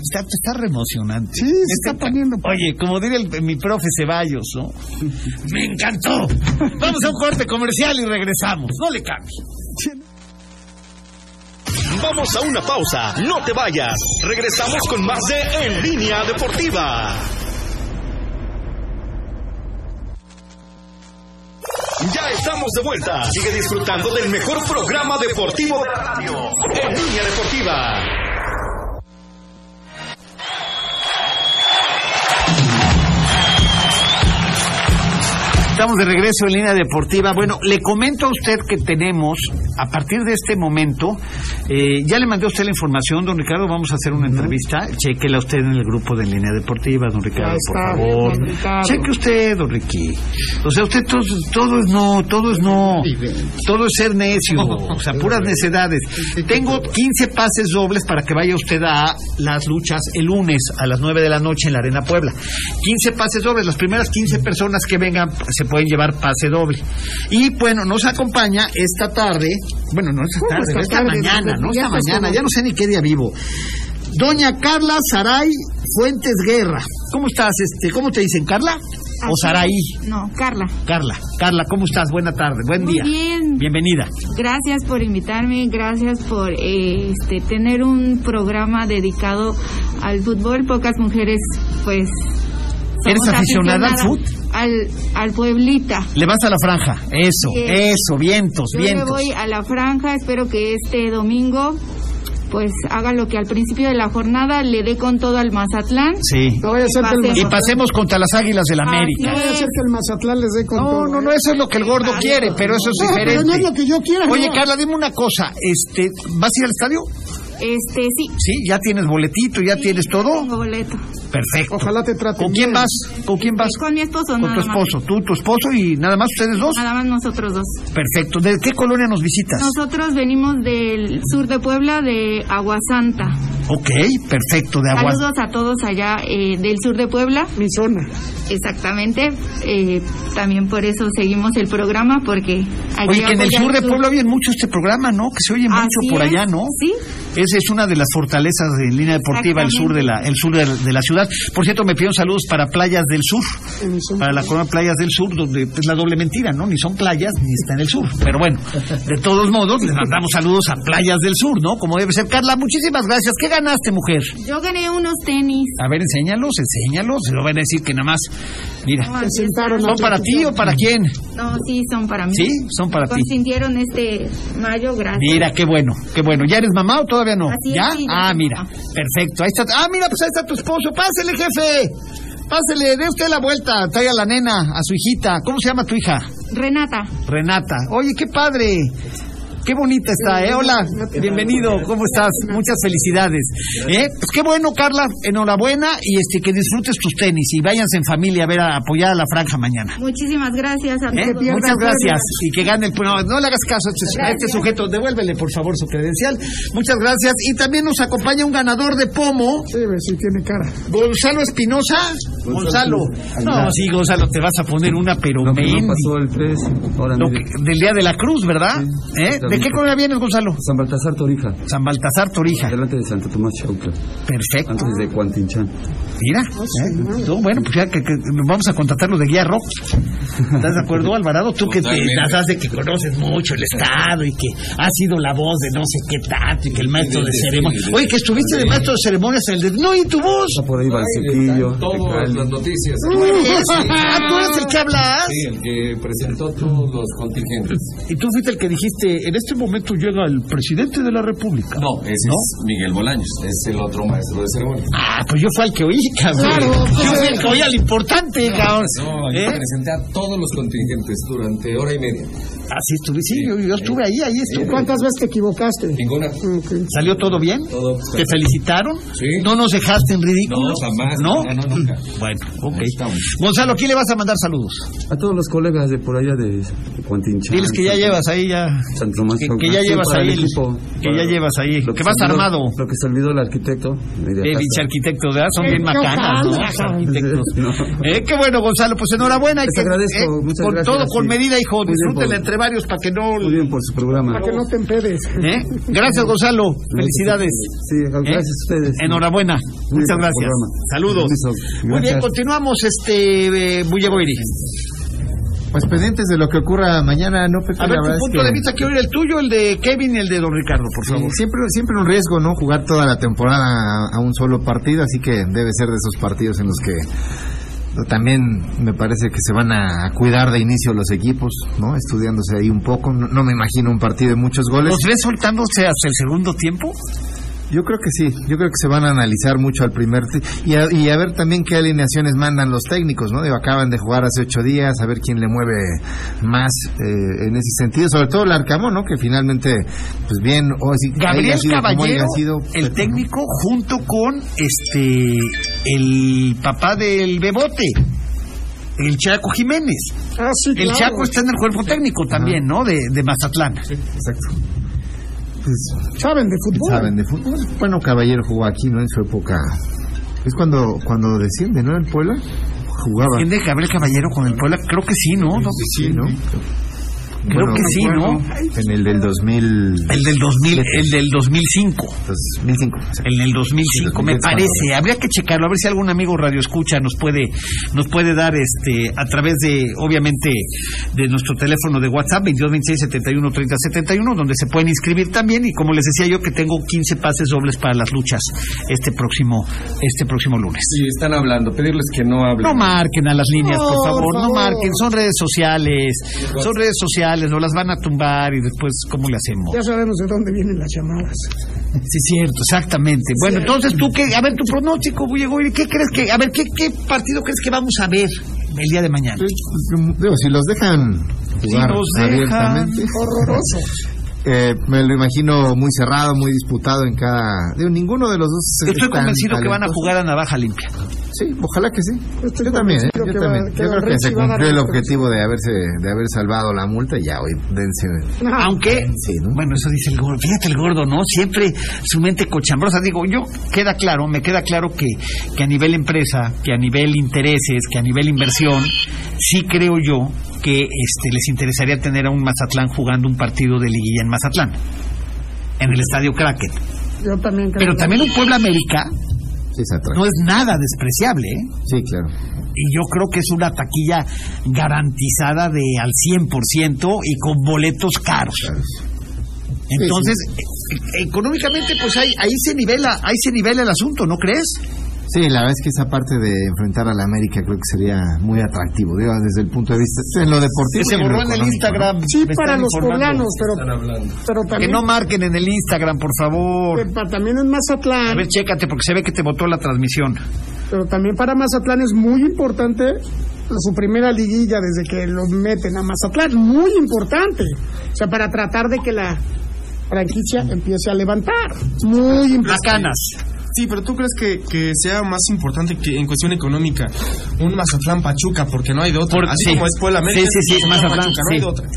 Speaker 1: Está, está re emocionante.
Speaker 2: Sí, se está poniendo.
Speaker 1: Oye, como diría el- mi profe Ceballos, ¿no? ¡Me encantó! Vamos a un corte comercial y regresamos. No le cambies.
Speaker 6: Vamos a una pausa, no te vayas. Regresamos con más de En Línea Deportiva. Ya estamos de vuelta. Sigue disfrutando del mejor programa deportivo de la radio. En Línea Deportiva.
Speaker 1: Estamos de regreso en línea deportiva. Bueno, le comento a usted que tenemos, a partir de este momento, eh, ya le mandé a usted la información, don Ricardo, vamos a hacer una entrevista. Chequela usted en el grupo de En línea deportiva, don Ricardo,
Speaker 2: está,
Speaker 1: por favor.
Speaker 2: don Ricardo.
Speaker 1: Cheque usted, don Ricky. O sea, usted todo, todo es no, todo es no, todo es ser necio, o sea, puras necedades. Tengo 15 pases dobles para que vaya usted a las luchas el lunes a las 9 de la noche en la Arena Puebla. 15 pases dobles, las primeras 15 personas que vengan se pueden llevar pase doble. Y bueno, nos acompaña esta tarde, bueno, no esta tarde,
Speaker 2: esta
Speaker 1: esta
Speaker 2: tarde,
Speaker 1: mañana,
Speaker 2: no,
Speaker 1: ¿no? Esta
Speaker 2: ya estás
Speaker 1: mañana,
Speaker 2: como-
Speaker 1: ya no sé ni qué día vivo. Doña Carla Saray Fuentes Guerra. ¿Cómo estás? Este, ¿Cómo te dicen, Carla? ¿O Saray?
Speaker 7: No, Carla.
Speaker 1: Carla, Carla, ¿cómo estás? Buena tarde, buen
Speaker 7: Muy
Speaker 1: día.
Speaker 7: bien.
Speaker 1: Bienvenida.
Speaker 7: Gracias por invitarme, gracias por eh, este, tener un programa dedicado al fútbol. Pocas mujeres, pues. somos
Speaker 1: ¿Eres aficionada al
Speaker 7: aficionadas Al, al Pueblita.
Speaker 1: Le vas a la franja. Eso,
Speaker 7: Sí.
Speaker 1: eso, vientos,
Speaker 7: Yo le
Speaker 1: vientos.
Speaker 7: voy a la franja, espero que este domingo pues haga lo que al principio de la jornada le dé con todo al Mazatlán.
Speaker 1: Sí.
Speaker 2: No vaya a ser que el,
Speaker 7: Pasemos.
Speaker 1: Y
Speaker 2: Mazatlán-
Speaker 1: pasemos contra las Águilas del
Speaker 2: no
Speaker 1: América.
Speaker 2: vaya a ser que el Mazatlán les dé con todo.
Speaker 1: No, no, no,
Speaker 2: ¿eh?
Speaker 1: eso es lo que el gordo quiere, pero eso es
Speaker 2: No, pero no es lo
Speaker 1: diferente.
Speaker 2: que yo quiera.
Speaker 1: Oye,
Speaker 2: no.
Speaker 1: Carla, dime una cosa. Este, ¿Vas a ir al estadio?
Speaker 7: Este, sí.
Speaker 1: Sí, ya tienes boletito, ya tienes
Speaker 7: Tengo
Speaker 1: todo.
Speaker 7: boleto.
Speaker 1: Perfecto.
Speaker 2: Ojalá te traten
Speaker 1: ¿Con quién
Speaker 2: bien.
Speaker 1: vas? ¿Con quién vas?
Speaker 7: Con mi esposo,
Speaker 1: Con
Speaker 7: nada
Speaker 1: tu esposo. Tú, tu esposo y nada más ustedes dos.
Speaker 7: Más. Nada más nosotros dos.
Speaker 1: Perfecto. ¿De qué colonia nos visitas?
Speaker 7: Nosotros venimos del sur de Puebla, de Aguasanta.
Speaker 1: Ok, perfecto. De Aguas.
Speaker 7: Saludos a todos allá eh, del sur de Puebla.
Speaker 2: Mi zona.
Speaker 7: Exactamente. eh, también por eso seguimos el programa, porque allí
Speaker 1: Oye, que en el
Speaker 7: apoyan
Speaker 1: sur de
Speaker 7: su-
Speaker 1: Puebla oyen mucho este programa, ¿no? Que se oye mucho
Speaker 7: Así
Speaker 1: por
Speaker 7: es,
Speaker 1: allá, ¿no?
Speaker 7: Sí,
Speaker 1: Esa es una de las fortalezas de línea deportiva, el sur de la, el sur de, de la ciudad. Por cierto, me pidieron saludos para Playas del Sur, para la colonia Playas del Sur, donde es la doble mentira, ¿no? Ni son playas ni está en el sur. Pero bueno, de todos modos, les mandamos saludos a Playas del Sur, ¿no? Como debe ser. Carla, muchísimas gracias. ¿Qué ganaste, mujer?
Speaker 7: yo gané unos tenis.
Speaker 1: A ver, enséñalos, enséñalos. Se lo van a decir que nada más. Mira,
Speaker 7: Así es.
Speaker 1: ¿son para ti o para quién?
Speaker 7: No, sí, son para mí.
Speaker 1: Sí, son para
Speaker 7: Pues
Speaker 1: ti.
Speaker 7: Consintieron este mayo, gracias.
Speaker 1: Mira, qué bueno, qué bueno. ¿Ya eres mamá o todavía no?
Speaker 7: Así es,
Speaker 1: ¿Ya?
Speaker 7: sí, ya
Speaker 1: ah,
Speaker 7: soy
Speaker 1: mira,
Speaker 7: mamá.
Speaker 1: perfecto. Ahí está. Ah, mira, pues ahí está tu esposo. Pásele, jefe. Pásele, dé usted la vuelta. Traiga a la nena, a su hijita. ¿Cómo se llama tu hija?
Speaker 7: Renata,
Speaker 1: Renata. Oye, qué padre. Qué bonita está, ¿eh? Hola, bienvenido, ¿cómo estás? Muchas felicidades. ¿Eh? Pues qué bueno, Carla, enhorabuena y este que disfrutes tus tenis y váyanse en familia a ver a apoyar a la franja mañana.
Speaker 7: muchísimas gracias a
Speaker 1: ¿Eh?
Speaker 7: todos.
Speaker 1: Muchas gracias. Y que gane el. No, no le hagas caso a este, a este sujeto. Devuélvele, por favor, su credencial. Muchas gracias. Y también nos acompaña un ganador de pomo,
Speaker 2: Sí, ve, sí, tiene cara.
Speaker 1: Gonzalo Espinosa. Gonzalo. No, sí, Gonzalo, te vas a poner una, pero
Speaker 8: Lo que no
Speaker 1: men-
Speaker 8: pasó el 3, ahora
Speaker 1: lo
Speaker 8: mire.
Speaker 1: que- Del día de la cruz, ¿verdad?
Speaker 8: Sí.
Speaker 1: ¿Eh? ¿De qué colonia vienes, Gonzalo?
Speaker 8: San Baltasar Torija,
Speaker 1: San Baltasar Torija.
Speaker 8: delante de Santo Tomás Chauca,
Speaker 1: Perfecto.
Speaker 2: Ah.
Speaker 8: antes de Cuantinchán.
Speaker 1: Mira. ¿eh? No, bueno, pues ya que, que vamos a contratarlo de guía rock. ¿Estás de acuerdo, Alvarado? Tú que te
Speaker 4: Totalmente.
Speaker 1: las das de que conoces mucho el Estado y que has sido la voz de no sé qué tanto y que el maestro de ceremonias. Oye, que estuviste de maestro de ceremonias en el de... No, ¿y tu voz?
Speaker 8: Está por ahí Valsequillo,
Speaker 9: Todas las noticias.
Speaker 1: ¿Tú eres? Ah, tú eres el que hablas.
Speaker 9: Sí, el que presentó todos los contingentes.
Speaker 1: Y tú fuiste el que dijiste, en este momento llega el presidente de la República.
Speaker 9: No, ese es Miguel Bolaños, es el otro maestro de ceremonia.
Speaker 1: Ah, pues yo fui al que oí, cabrón. yo fui al que oí al importante, cabrón.
Speaker 9: No, yo
Speaker 1: ¿Eh?
Speaker 9: presenté a todos los contingentes durante hora y media.
Speaker 1: Así estuve, sí, yo, yo estuve ahí, ahí estuve.
Speaker 2: ¿Cuántas veces te equivocaste?
Speaker 9: Ninguna.
Speaker 2: Ok.
Speaker 1: ¿Salió todo bien?
Speaker 9: Todo
Speaker 1: ¿Te felicitaron?
Speaker 9: Sí.
Speaker 1: ¿No nos dejaste en ridículo?
Speaker 9: No, jamás.
Speaker 1: ¿No?
Speaker 9: No, no, nunca.
Speaker 1: Bueno, ok.
Speaker 9: Ahí estamos.
Speaker 1: Gonzalo, ¿a quién le vas a mandar saludos?
Speaker 8: a todos los colegas de por allá de Cuantinchán.
Speaker 1: Diles que ya llevas ahí ya... Eh,
Speaker 8: Santo Tomás
Speaker 1: Que,
Speaker 8: Chauca.
Speaker 1: que ya
Speaker 8: Sí,
Speaker 1: llevas
Speaker 8: para
Speaker 1: ahí
Speaker 8: el
Speaker 1: el-
Speaker 8: equipo,
Speaker 1: que ya
Speaker 8: para-
Speaker 1: llevas ahí,
Speaker 8: lo
Speaker 1: que vas
Speaker 8: se olvidó-
Speaker 1: armado.
Speaker 8: Lo que se olvidó el arquitecto. de
Speaker 1: Eh,
Speaker 8: Acasa.
Speaker 1: dicha arquitecto, ¿verdad? Son bien macanas, ¿no? Los arquitectos.
Speaker 8: No.
Speaker 1: Eh, qué bueno, Gonzalo, pues enhorabuena. y
Speaker 8: Les
Speaker 1: que,
Speaker 8: agradezco,
Speaker 1: eh,
Speaker 8: muchas
Speaker 1: con
Speaker 8: gracias,
Speaker 1: todo, con
Speaker 8: sí.
Speaker 1: medida, hijo.
Speaker 8: Muy bien,
Speaker 1: Disfrútenla
Speaker 8: Pablo.
Speaker 1: entre varios para que no...
Speaker 8: Muy bien por su programa.
Speaker 2: Para que no te empedes.
Speaker 1: ¿Eh? Gracias, Gonzalo. Felicidades.
Speaker 8: Sí, gracias
Speaker 1: ¿Eh?
Speaker 8: a ustedes.
Speaker 1: Enhorabuena. Muchas
Speaker 8: por el
Speaker 1: gracias.
Speaker 8: programa.
Speaker 1: Saludos.
Speaker 8: Permiso.
Speaker 1: Muy
Speaker 8: Gracias.
Speaker 1: bien, continuamos, este, eh, Bullegoiri.
Speaker 5: Pues pendientes de lo que ocurra mañana, no Pepe?
Speaker 1: A ver,
Speaker 5: La verdad
Speaker 1: tu
Speaker 5: es
Speaker 1: punto
Speaker 5: que-
Speaker 1: de vista, quiero oír el tuyo, el de Kevin y el de Don Ricardo, por
Speaker 5: Sí,
Speaker 1: favor.
Speaker 5: siempre, siempre un riesgo, ¿no? Jugar toda la temporada a- a un solo partido, así que debe ser de esos partidos en los que también me parece que se van a a cuidar de inicio los equipos, ¿no? Estudiándose ahí un poco. No, no me imagino un partido de muchos goles.
Speaker 1: ¿Los ves soltándose hasta el segundo tiempo?
Speaker 5: Yo creo que sí, yo creo que se van a analizar mucho al primer ti- y a, y a ver también qué alineaciones mandan los técnicos, ¿no? Digo, acaban de jugar hace ocho días, a ver quién le mueve más eh, en ese sentido, sobre todo el Arcamón, ¿no? Que finalmente, pues bien, hoy sí, haya
Speaker 1: Gabriel
Speaker 5: sido como
Speaker 1: Caballero,
Speaker 5: haya sido, pues,
Speaker 1: el técnico, junto con este el papá del Bebote, el Chaco Jiménez.
Speaker 2: Ah, sí,
Speaker 1: El
Speaker 2: claro.
Speaker 1: Chaco está en el cuerpo técnico también, ¿no? De, de Mazatlán.
Speaker 5: pues,
Speaker 2: Saben de fútbol.
Speaker 5: saben de fútbol. Bueno, Caballero jugó aquí, ¿no? En su época. Es cuando cuando desciende, ¿no? El Puebla jugaba.
Speaker 1: ¿Entiende Gabriel Caballero con el Puebla? Creo que sí, ¿no? No,
Speaker 5: Sí, ¿no?
Speaker 1: Creo
Speaker 5: Bueno,
Speaker 1: que sí, ¿no?
Speaker 5: En el del 2000,
Speaker 1: El del 2000, el del 2005.
Speaker 5: 2005.
Speaker 1: El del 2005, me
Speaker 5: 2010,
Speaker 1: parece. Habría que checarlo, a ver si algún amigo radio escucha nos puede, nos puede dar este a través de, obviamente, de nuestro teléfono de WhatsApp, 22 26 71 30 71, donde se pueden inscribir también. Y como les decía yo, que tengo 15 pases dobles para las luchas este próximo, este próximo lunes.
Speaker 9: Sí, están hablando, pedirles que no
Speaker 1: No
Speaker 9: hablen.
Speaker 1: marquen a las líneas, por favor, no marquen, son redes sociales, son redes sociales, no las van a tumbar y después, ¿cómo le hacemos?
Speaker 2: Ya sabemos de dónde vienen las llamadas.
Speaker 1: Sí, cierto, exactamente. Bueno, entonces tú, qué, a ver, tu pronóstico, Bullegoyri, ¿qué crees que, a ver, ¿qué, qué partido crees que vamos a ver el día de
Speaker 5: pues,
Speaker 1: mañana?
Speaker 5: Digo, si los dejan jugar
Speaker 1: los dejan
Speaker 5: abiertamente, Eh, me lo imagino muy cerrado, muy disputado en cada. digo, ninguno de los dos. es
Speaker 1: Estoy
Speaker 5: tan
Speaker 1: convencido que van a
Speaker 5: talentoso.
Speaker 1: jugar a navaja limpia.
Speaker 5: Sí, ojalá que sí. Yo también, ¿eh? yo,
Speaker 1: que va-
Speaker 5: también.
Speaker 1: que
Speaker 5: yo creo que
Speaker 1: Richie
Speaker 5: se
Speaker 1: va a dar
Speaker 5: cumplió el
Speaker 1: la
Speaker 5: objetivo de haberse de haber salvado la multa y ya hoy dense.
Speaker 1: Aunque, bueno, eso dice el gordo. Fíjate el gordo, ¿no? Siempre su mente cochambrosa. Digo, yo queda claro, me queda claro que, que a nivel empresa, que a nivel intereses, que a nivel inversión, sí creo yo que este, les interesaría tener a un Mazatlán jugando un partido de liguilla en Mazatlán, en el estadio Kraken.
Speaker 2: Yo también creo.
Speaker 1: Pero también un Puebla América
Speaker 5: Sí, se atrae.
Speaker 1: no es nada despreciable, ¿eh?
Speaker 5: Sí, claro.
Speaker 1: Y yo creo que es una taquilla garantizada de al 100% y con boletos caros. Entonces, e- e- económicamente, pues ahí, ahí se nivela, ahí se nivela el asunto, ¿no crees?
Speaker 5: Sí, la verdad es que esa parte de enfrentar a la América creo que sería muy atractivo, digo, desde el punto de vista en lo deportivo.
Speaker 1: se
Speaker 5: y lo
Speaker 1: borró en el
Speaker 5: económico,
Speaker 1: Instagram.
Speaker 5: ¿no?
Speaker 2: Sí,
Speaker 1: me
Speaker 2: para
Speaker 1: están
Speaker 2: los
Speaker 1: informando.
Speaker 2: poblanos, pero, pero
Speaker 1: Que
Speaker 2: también,
Speaker 1: no marquen en el Instagram, por favor.
Speaker 2: que pa- también en
Speaker 1: A
Speaker 2: Mazatlán,
Speaker 1: ver, chécate, porque se ve que te botó la transmisión.
Speaker 2: pero también para Mazatlán es muy importante su primera liguilla desde que los meten a Mazatlán, muy importante. O sea, para tratar de que la franquicia empiece a levantar. Muy
Speaker 1: Las
Speaker 2: importante.
Speaker 1: canas.
Speaker 4: Sí, pero ¿tú crees que, que sea más importante que en cuestión económica un Mazatlán Pachuca? Porque no hay de otra.
Speaker 1: Por-
Speaker 4: Así
Speaker 1: sí.
Speaker 4: como es Puebla América,
Speaker 1: Sí, sí, sí,
Speaker 4: es
Speaker 1: Mazatlán,
Speaker 4: Pachuca, no hay
Speaker 1: sí.
Speaker 4: de otra.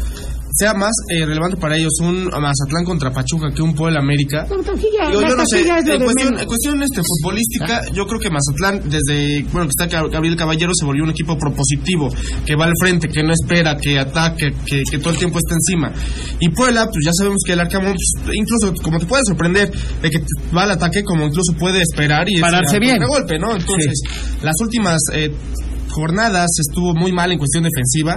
Speaker 4: Sea más eh, relevante para ellos un Mazatlán contra Pachuca que un Puebla América.
Speaker 2: Pero taquilla,
Speaker 4: Digo,
Speaker 2: la
Speaker 4: yo no sé,
Speaker 2: taquilla es lo
Speaker 4: en
Speaker 2: de
Speaker 4: cuestión,
Speaker 2: menos.
Speaker 4: en cuestión, este, futbolística, yo creo que Mazatlán, desde bueno que está Gab- Gabriel Caballero, se volvió un equipo propositivo, que va al frente, que no espera, que ataque, que, que todo el tiempo está encima. Y Puebla, pues ya sabemos que el Arcamón, pues, incluso como te puede sorprender, de que te- va al ataque, como incluso puede esperar y es-
Speaker 1: Pararse
Speaker 4: a-
Speaker 1: bien.
Speaker 4: de golpe, ¿no? Entonces, las últimas... eh, jornadas estuvo muy mal en cuestión defensiva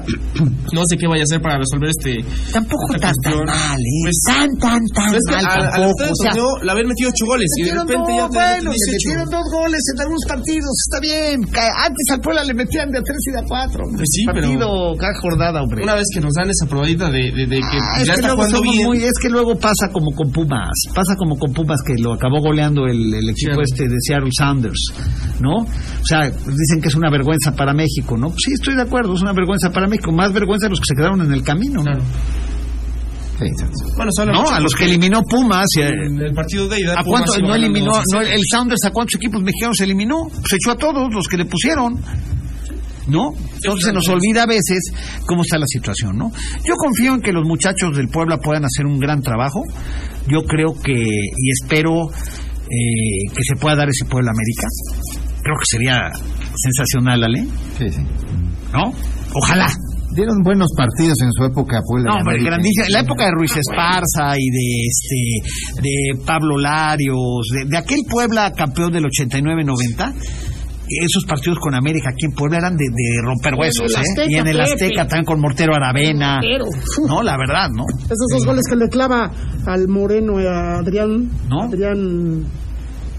Speaker 4: no sé qué vaya a hacer para resolver este
Speaker 1: Tampoco
Speaker 4: esta
Speaker 1: tan tan
Speaker 4: cuestión.
Speaker 1: mal, ¿eh?
Speaker 4: Pues,
Speaker 1: tan tan tan
Speaker 4: pero es que
Speaker 1: mal
Speaker 4: al- al
Speaker 1: tampoco.
Speaker 4: estar
Speaker 1: o sea,
Speaker 4: torneo le habían metido ocho goles y de
Speaker 1: metieron
Speaker 4: repente
Speaker 1: dos,
Speaker 4: ya te
Speaker 1: bueno,
Speaker 4: meten
Speaker 1: se
Speaker 4: 18.
Speaker 1: metieron dos goles en algunos partidos, está bien. Ca- Antes al Puebla le metían de a tres y de a cuatro. hombre.
Speaker 4: Pues sí, pero-
Speaker 1: Partido, cada jornada, hombre.
Speaker 4: Una vez que nos dan esa probadita de, de, de que
Speaker 1: Ah, es,
Speaker 4: ya
Speaker 1: que luego
Speaker 4: está jugando
Speaker 1: somos
Speaker 4: bien.
Speaker 1: muy- es que luego pasa como con Pumas, pasa como con Pumas que lo acabó goleando el, el equipo
Speaker 4: Seattle.
Speaker 1: este de Seattle Sounders, ¿no? O sea, dicen que es una vergüenza para México, ¿no? Pues sí, estoy de acuerdo, es una vergüenza para México, más vergüenza a los que se quedaron en el camino, ¿no?
Speaker 5: Sí, exacto.
Speaker 4: Bueno, solo
Speaker 1: No, a los que eliminó Pumas. y eh, a-
Speaker 4: en el partido de ida.
Speaker 1: ¿A
Speaker 4: Pumas
Speaker 1: cuánto,
Speaker 4: iba
Speaker 1: no
Speaker 4: ganando
Speaker 1: eliminó,
Speaker 4: dos a
Speaker 1: no,
Speaker 4: cero.
Speaker 1: el Sounders a cuántos equipos mexicanos eliminó? Se echó a todos los que le pusieron. ¿No? Entonces se nos olvida a veces cómo está la situación, ¿no? Yo confío en que los muchachos del Puebla puedan hacer un gran trabajo. Yo creo que, y espero eh, que se pueda dar ese Puebla América. Creo que sería sensacional, Ale,
Speaker 5: Sí, sí.
Speaker 1: ¿no? Ojalá.
Speaker 5: Dieron buenos partidos en su época Puebla.
Speaker 1: No,
Speaker 5: y
Speaker 1: hombre,
Speaker 5: América.
Speaker 1: grandísimo. En la época de Ruiz Esparza y de este de Pablo Larios, de, de aquel Puebla campeón del 89-90, esos partidos con América aquí en Puebla eran de, de romper huesos,
Speaker 2: el
Speaker 1: ¿eh?
Speaker 2: Azteca,
Speaker 1: Y en el
Speaker 2: Pepe.
Speaker 1: Azteca también con Mortero Aravena.
Speaker 2: Pero,
Speaker 1: No, la verdad, ¿no?
Speaker 2: esos dos goles que le clava al Moreno y a Adrián.
Speaker 1: ¿No?
Speaker 2: Adrián.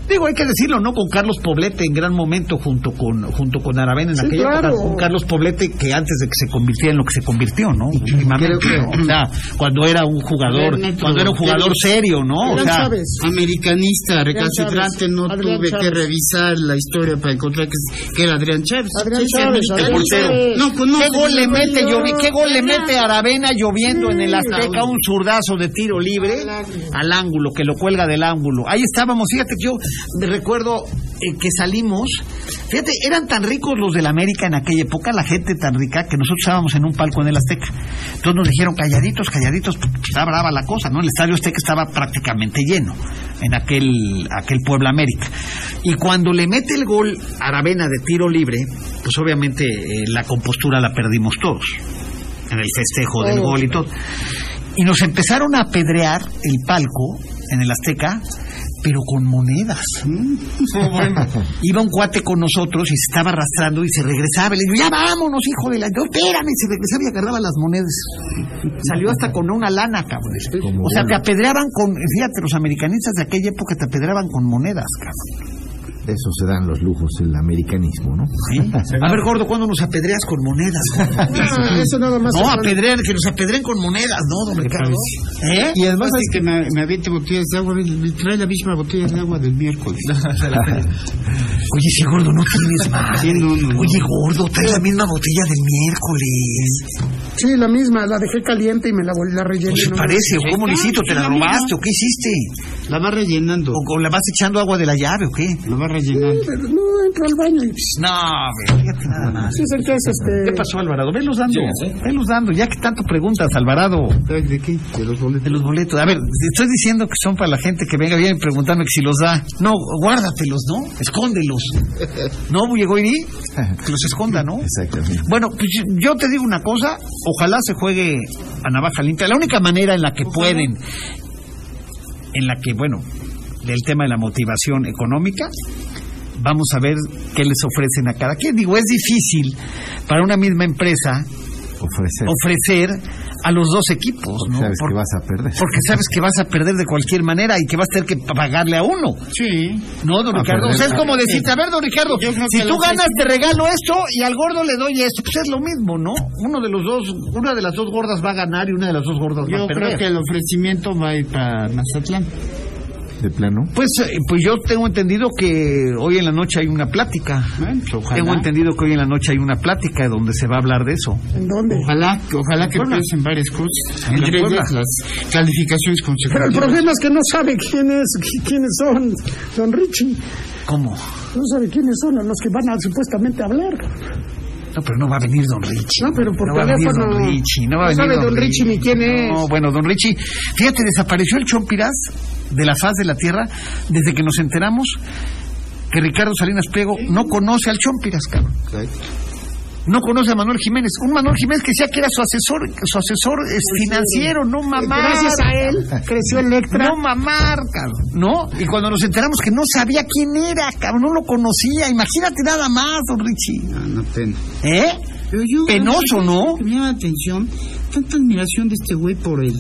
Speaker 1: Digo, hay que decirlo, ¿no? Con Carlos Poblete en gran momento junto con junto con Aravena en
Speaker 2: Sí,
Speaker 1: aquella
Speaker 2: claro.
Speaker 1: época. Con Carlos Poblete que antes de que se convirtiera en lo que se convirtió, ¿no? Últimamente,
Speaker 3: Creo que-
Speaker 1: O sea, cuando era un jugador,
Speaker 3: A ver, Neto,
Speaker 1: cuando era un jugador serio, ¿no? O
Speaker 2: Adrián
Speaker 1: sea,
Speaker 2: Chávez.
Speaker 3: Americanista, recalcitrante,
Speaker 2: Chávez.
Speaker 3: no
Speaker 2: Adrián
Speaker 3: tuve
Speaker 2: Chávez.
Speaker 3: que revisar la historia para encontrar que, que era Adrián Chávez.
Speaker 2: Adrián
Speaker 3: Sí, sí,
Speaker 2: Chávez,
Speaker 3: americanista.
Speaker 2: Adrián Chávez.
Speaker 3: No, pues no,
Speaker 1: ¿Qué
Speaker 3: sí,
Speaker 1: gol le
Speaker 3: no,
Speaker 1: mete
Speaker 3: no.
Speaker 1: Llovi- ¿Qué gol le mete Aravena lloviendo en el Azteca? Un zurdazo de tiro libre
Speaker 2: Al ángulo.
Speaker 1: al ángulo, que lo cuelga del ángulo. Ahí estábamos, fíjate que yo me recuerdo eh, que salimos, fíjate, eran tan ricos los del América en aquella época, la gente tan rica, que nosotros estábamos en un palco en el Azteca. Entonces nos dijeron calladitos, calladitos, porque está brava la cosa, ¿no? El estadio Azteca estaba prácticamente lleno en aquel, aquel Puebla América. Y cuando le mete el gol Aravena de tiro libre, pues obviamente eh, la compostura la perdimos todos en el festejo del gol y todo. Y nos empezaron a apedrear el palco en el Azteca, pero con monedas. Iba un cuate con nosotros y se estaba arrastrando y se regresaba. Y le digo, ya vámonos, hijo de la... No, espérame. Y se regresaba y agarraba las monedas. Salió hasta con una lana, cabrón. O sea, te apedreaban con... Fíjate, los americanistas de aquella época te apedreaban con monedas, cabrón.
Speaker 5: De eso se dan los lujos, el americanismo, ¿no?
Speaker 1: ¿Sí? A ver, gordo, ¿cuándo nos apedreas con monedas?
Speaker 2: Ah, eso nada más.
Speaker 1: No, apedrear, que nos apedreen con monedas, no, don Ricardo. ¿Eh?
Speaker 3: Y además es que me, me aviente botellas de agua, me- me trae la misma botella de agua del miércoles.
Speaker 1: Oye, sí, gordo, no tienes madre.
Speaker 3: Sí, no, no, no.
Speaker 1: Oye, gordo, traes la misma botella del miércoles.
Speaker 2: Sí, Sí, la misma, la dejé caliente y me la, vol- la rellené.
Speaker 1: ¿Qué
Speaker 2: ¿no?
Speaker 1: parece? ¿O cómo lo hiciste? ¿O ¿Te la robaste? ¿O qué hiciste?
Speaker 3: La va rellenando.
Speaker 1: ¿O, o la vas echando agua de la llave o qué?
Speaker 3: La va rellenando.
Speaker 2: Pero No, entro al baño y... pss,
Speaker 1: Pues, No, hombre, fíjate nada más.
Speaker 2: Sí, es el que es este...
Speaker 1: ¿Qué pasó, Alvarado? Velos dando,
Speaker 9: Sí, sí.
Speaker 1: velos dando, ya que tanto preguntas, Alvarado.
Speaker 3: ¿De qué? De los boletos.
Speaker 1: De los boletos. A ver, te estoy diciendo que son para la gente que venga bien y preguntarme que si los da. No, guárdatelos, ¿no? Escóndelos. ¿No, llegó Iri? Que los esconda, ¿no?
Speaker 5: Exactamente.
Speaker 1: Bueno, pues yo- yo te digo una cosa, ojalá se juegue a navaja limpia. La única manera en la que pueden, en la que, bueno, del tema de la motivación económica, vamos a ver qué les ofrecen a cada quien. Digo, es difícil para una misma empresa
Speaker 5: Ofrecer.
Speaker 1: ofrecer a los dos equipos, ¿no?
Speaker 5: Sabes
Speaker 1: Por-
Speaker 5: que vas a perder.
Speaker 1: porque sabes que vas a perder de cualquier manera y que vas a tener que pagarle a uno.
Speaker 3: Sí.
Speaker 1: ¿No, don
Speaker 5: A
Speaker 1: Ricardo?
Speaker 5: perder.
Speaker 1: O sea, es como decirte, a ver, don Ricardo,
Speaker 3: Yo creo
Speaker 1: si
Speaker 3: que
Speaker 1: tú
Speaker 3: los
Speaker 1: ganas te regalo esto y al gordo le doy esto. Pues es lo mismo, ¿no? Uno de los dos, una de las dos gordas va a ganar y una de las dos gordas va
Speaker 3: Yo
Speaker 1: a
Speaker 3: creo
Speaker 1: perder.
Speaker 3: que el ofrecimiento va a ir para Mazatlán.
Speaker 5: De plano.
Speaker 1: Pues, eh, pues yo tengo entendido que hoy en la noche hay una plática.
Speaker 3: Bueno, pues ojalá.
Speaker 1: Tengo entendido que hoy en la noche hay una plática donde se va a hablar de eso.
Speaker 2: ¿En dónde?
Speaker 3: Ojalá, ojalá que
Speaker 1: Puebla.
Speaker 3: piensen varias cosas.
Speaker 1: En
Speaker 3: Entre
Speaker 1: Puebla.
Speaker 3: ellas las calificaciones
Speaker 2: Pero el
Speaker 3: consecutivas.
Speaker 2: problema
Speaker 4: pues-
Speaker 2: es que no sabe quién es, qui- quiénes son, don Richie.
Speaker 1: ¿Cómo?
Speaker 2: No sabe quiénes son a los que van a supuestamente hablar.
Speaker 1: No, pero no va a venir don Richie.
Speaker 2: No, pero por
Speaker 1: va a venir
Speaker 2: teléfono.
Speaker 1: don Richie. No, va a
Speaker 2: No
Speaker 1: venir
Speaker 2: sabe don Richie ni quién es.
Speaker 1: No, bueno, don Richie. Fíjate, desapareció el Chompiras de la faz de la tierra desde que nos enteramos que Ricardo Salinas Pliego no conoce al Chompiras, cabrón. No conoce a Manuel Jiménez. Un Manuel Jiménez que decía que era su asesor, su asesor es financiero, no mamá.
Speaker 2: Pues Eh, Gracias a él creció Electra.
Speaker 1: No mamar, cabrón, ¿no? Y cuando nos enteramos que no sabía quién era, cabrón, no lo conocía. Imagínate nada más, don Richie.
Speaker 3: No, no, pena.
Speaker 1: ¿Eh?
Speaker 3: Pero yo,
Speaker 1: Penoso, ¿no?
Speaker 3: que Me llama la atención tanta admiración de este güey por el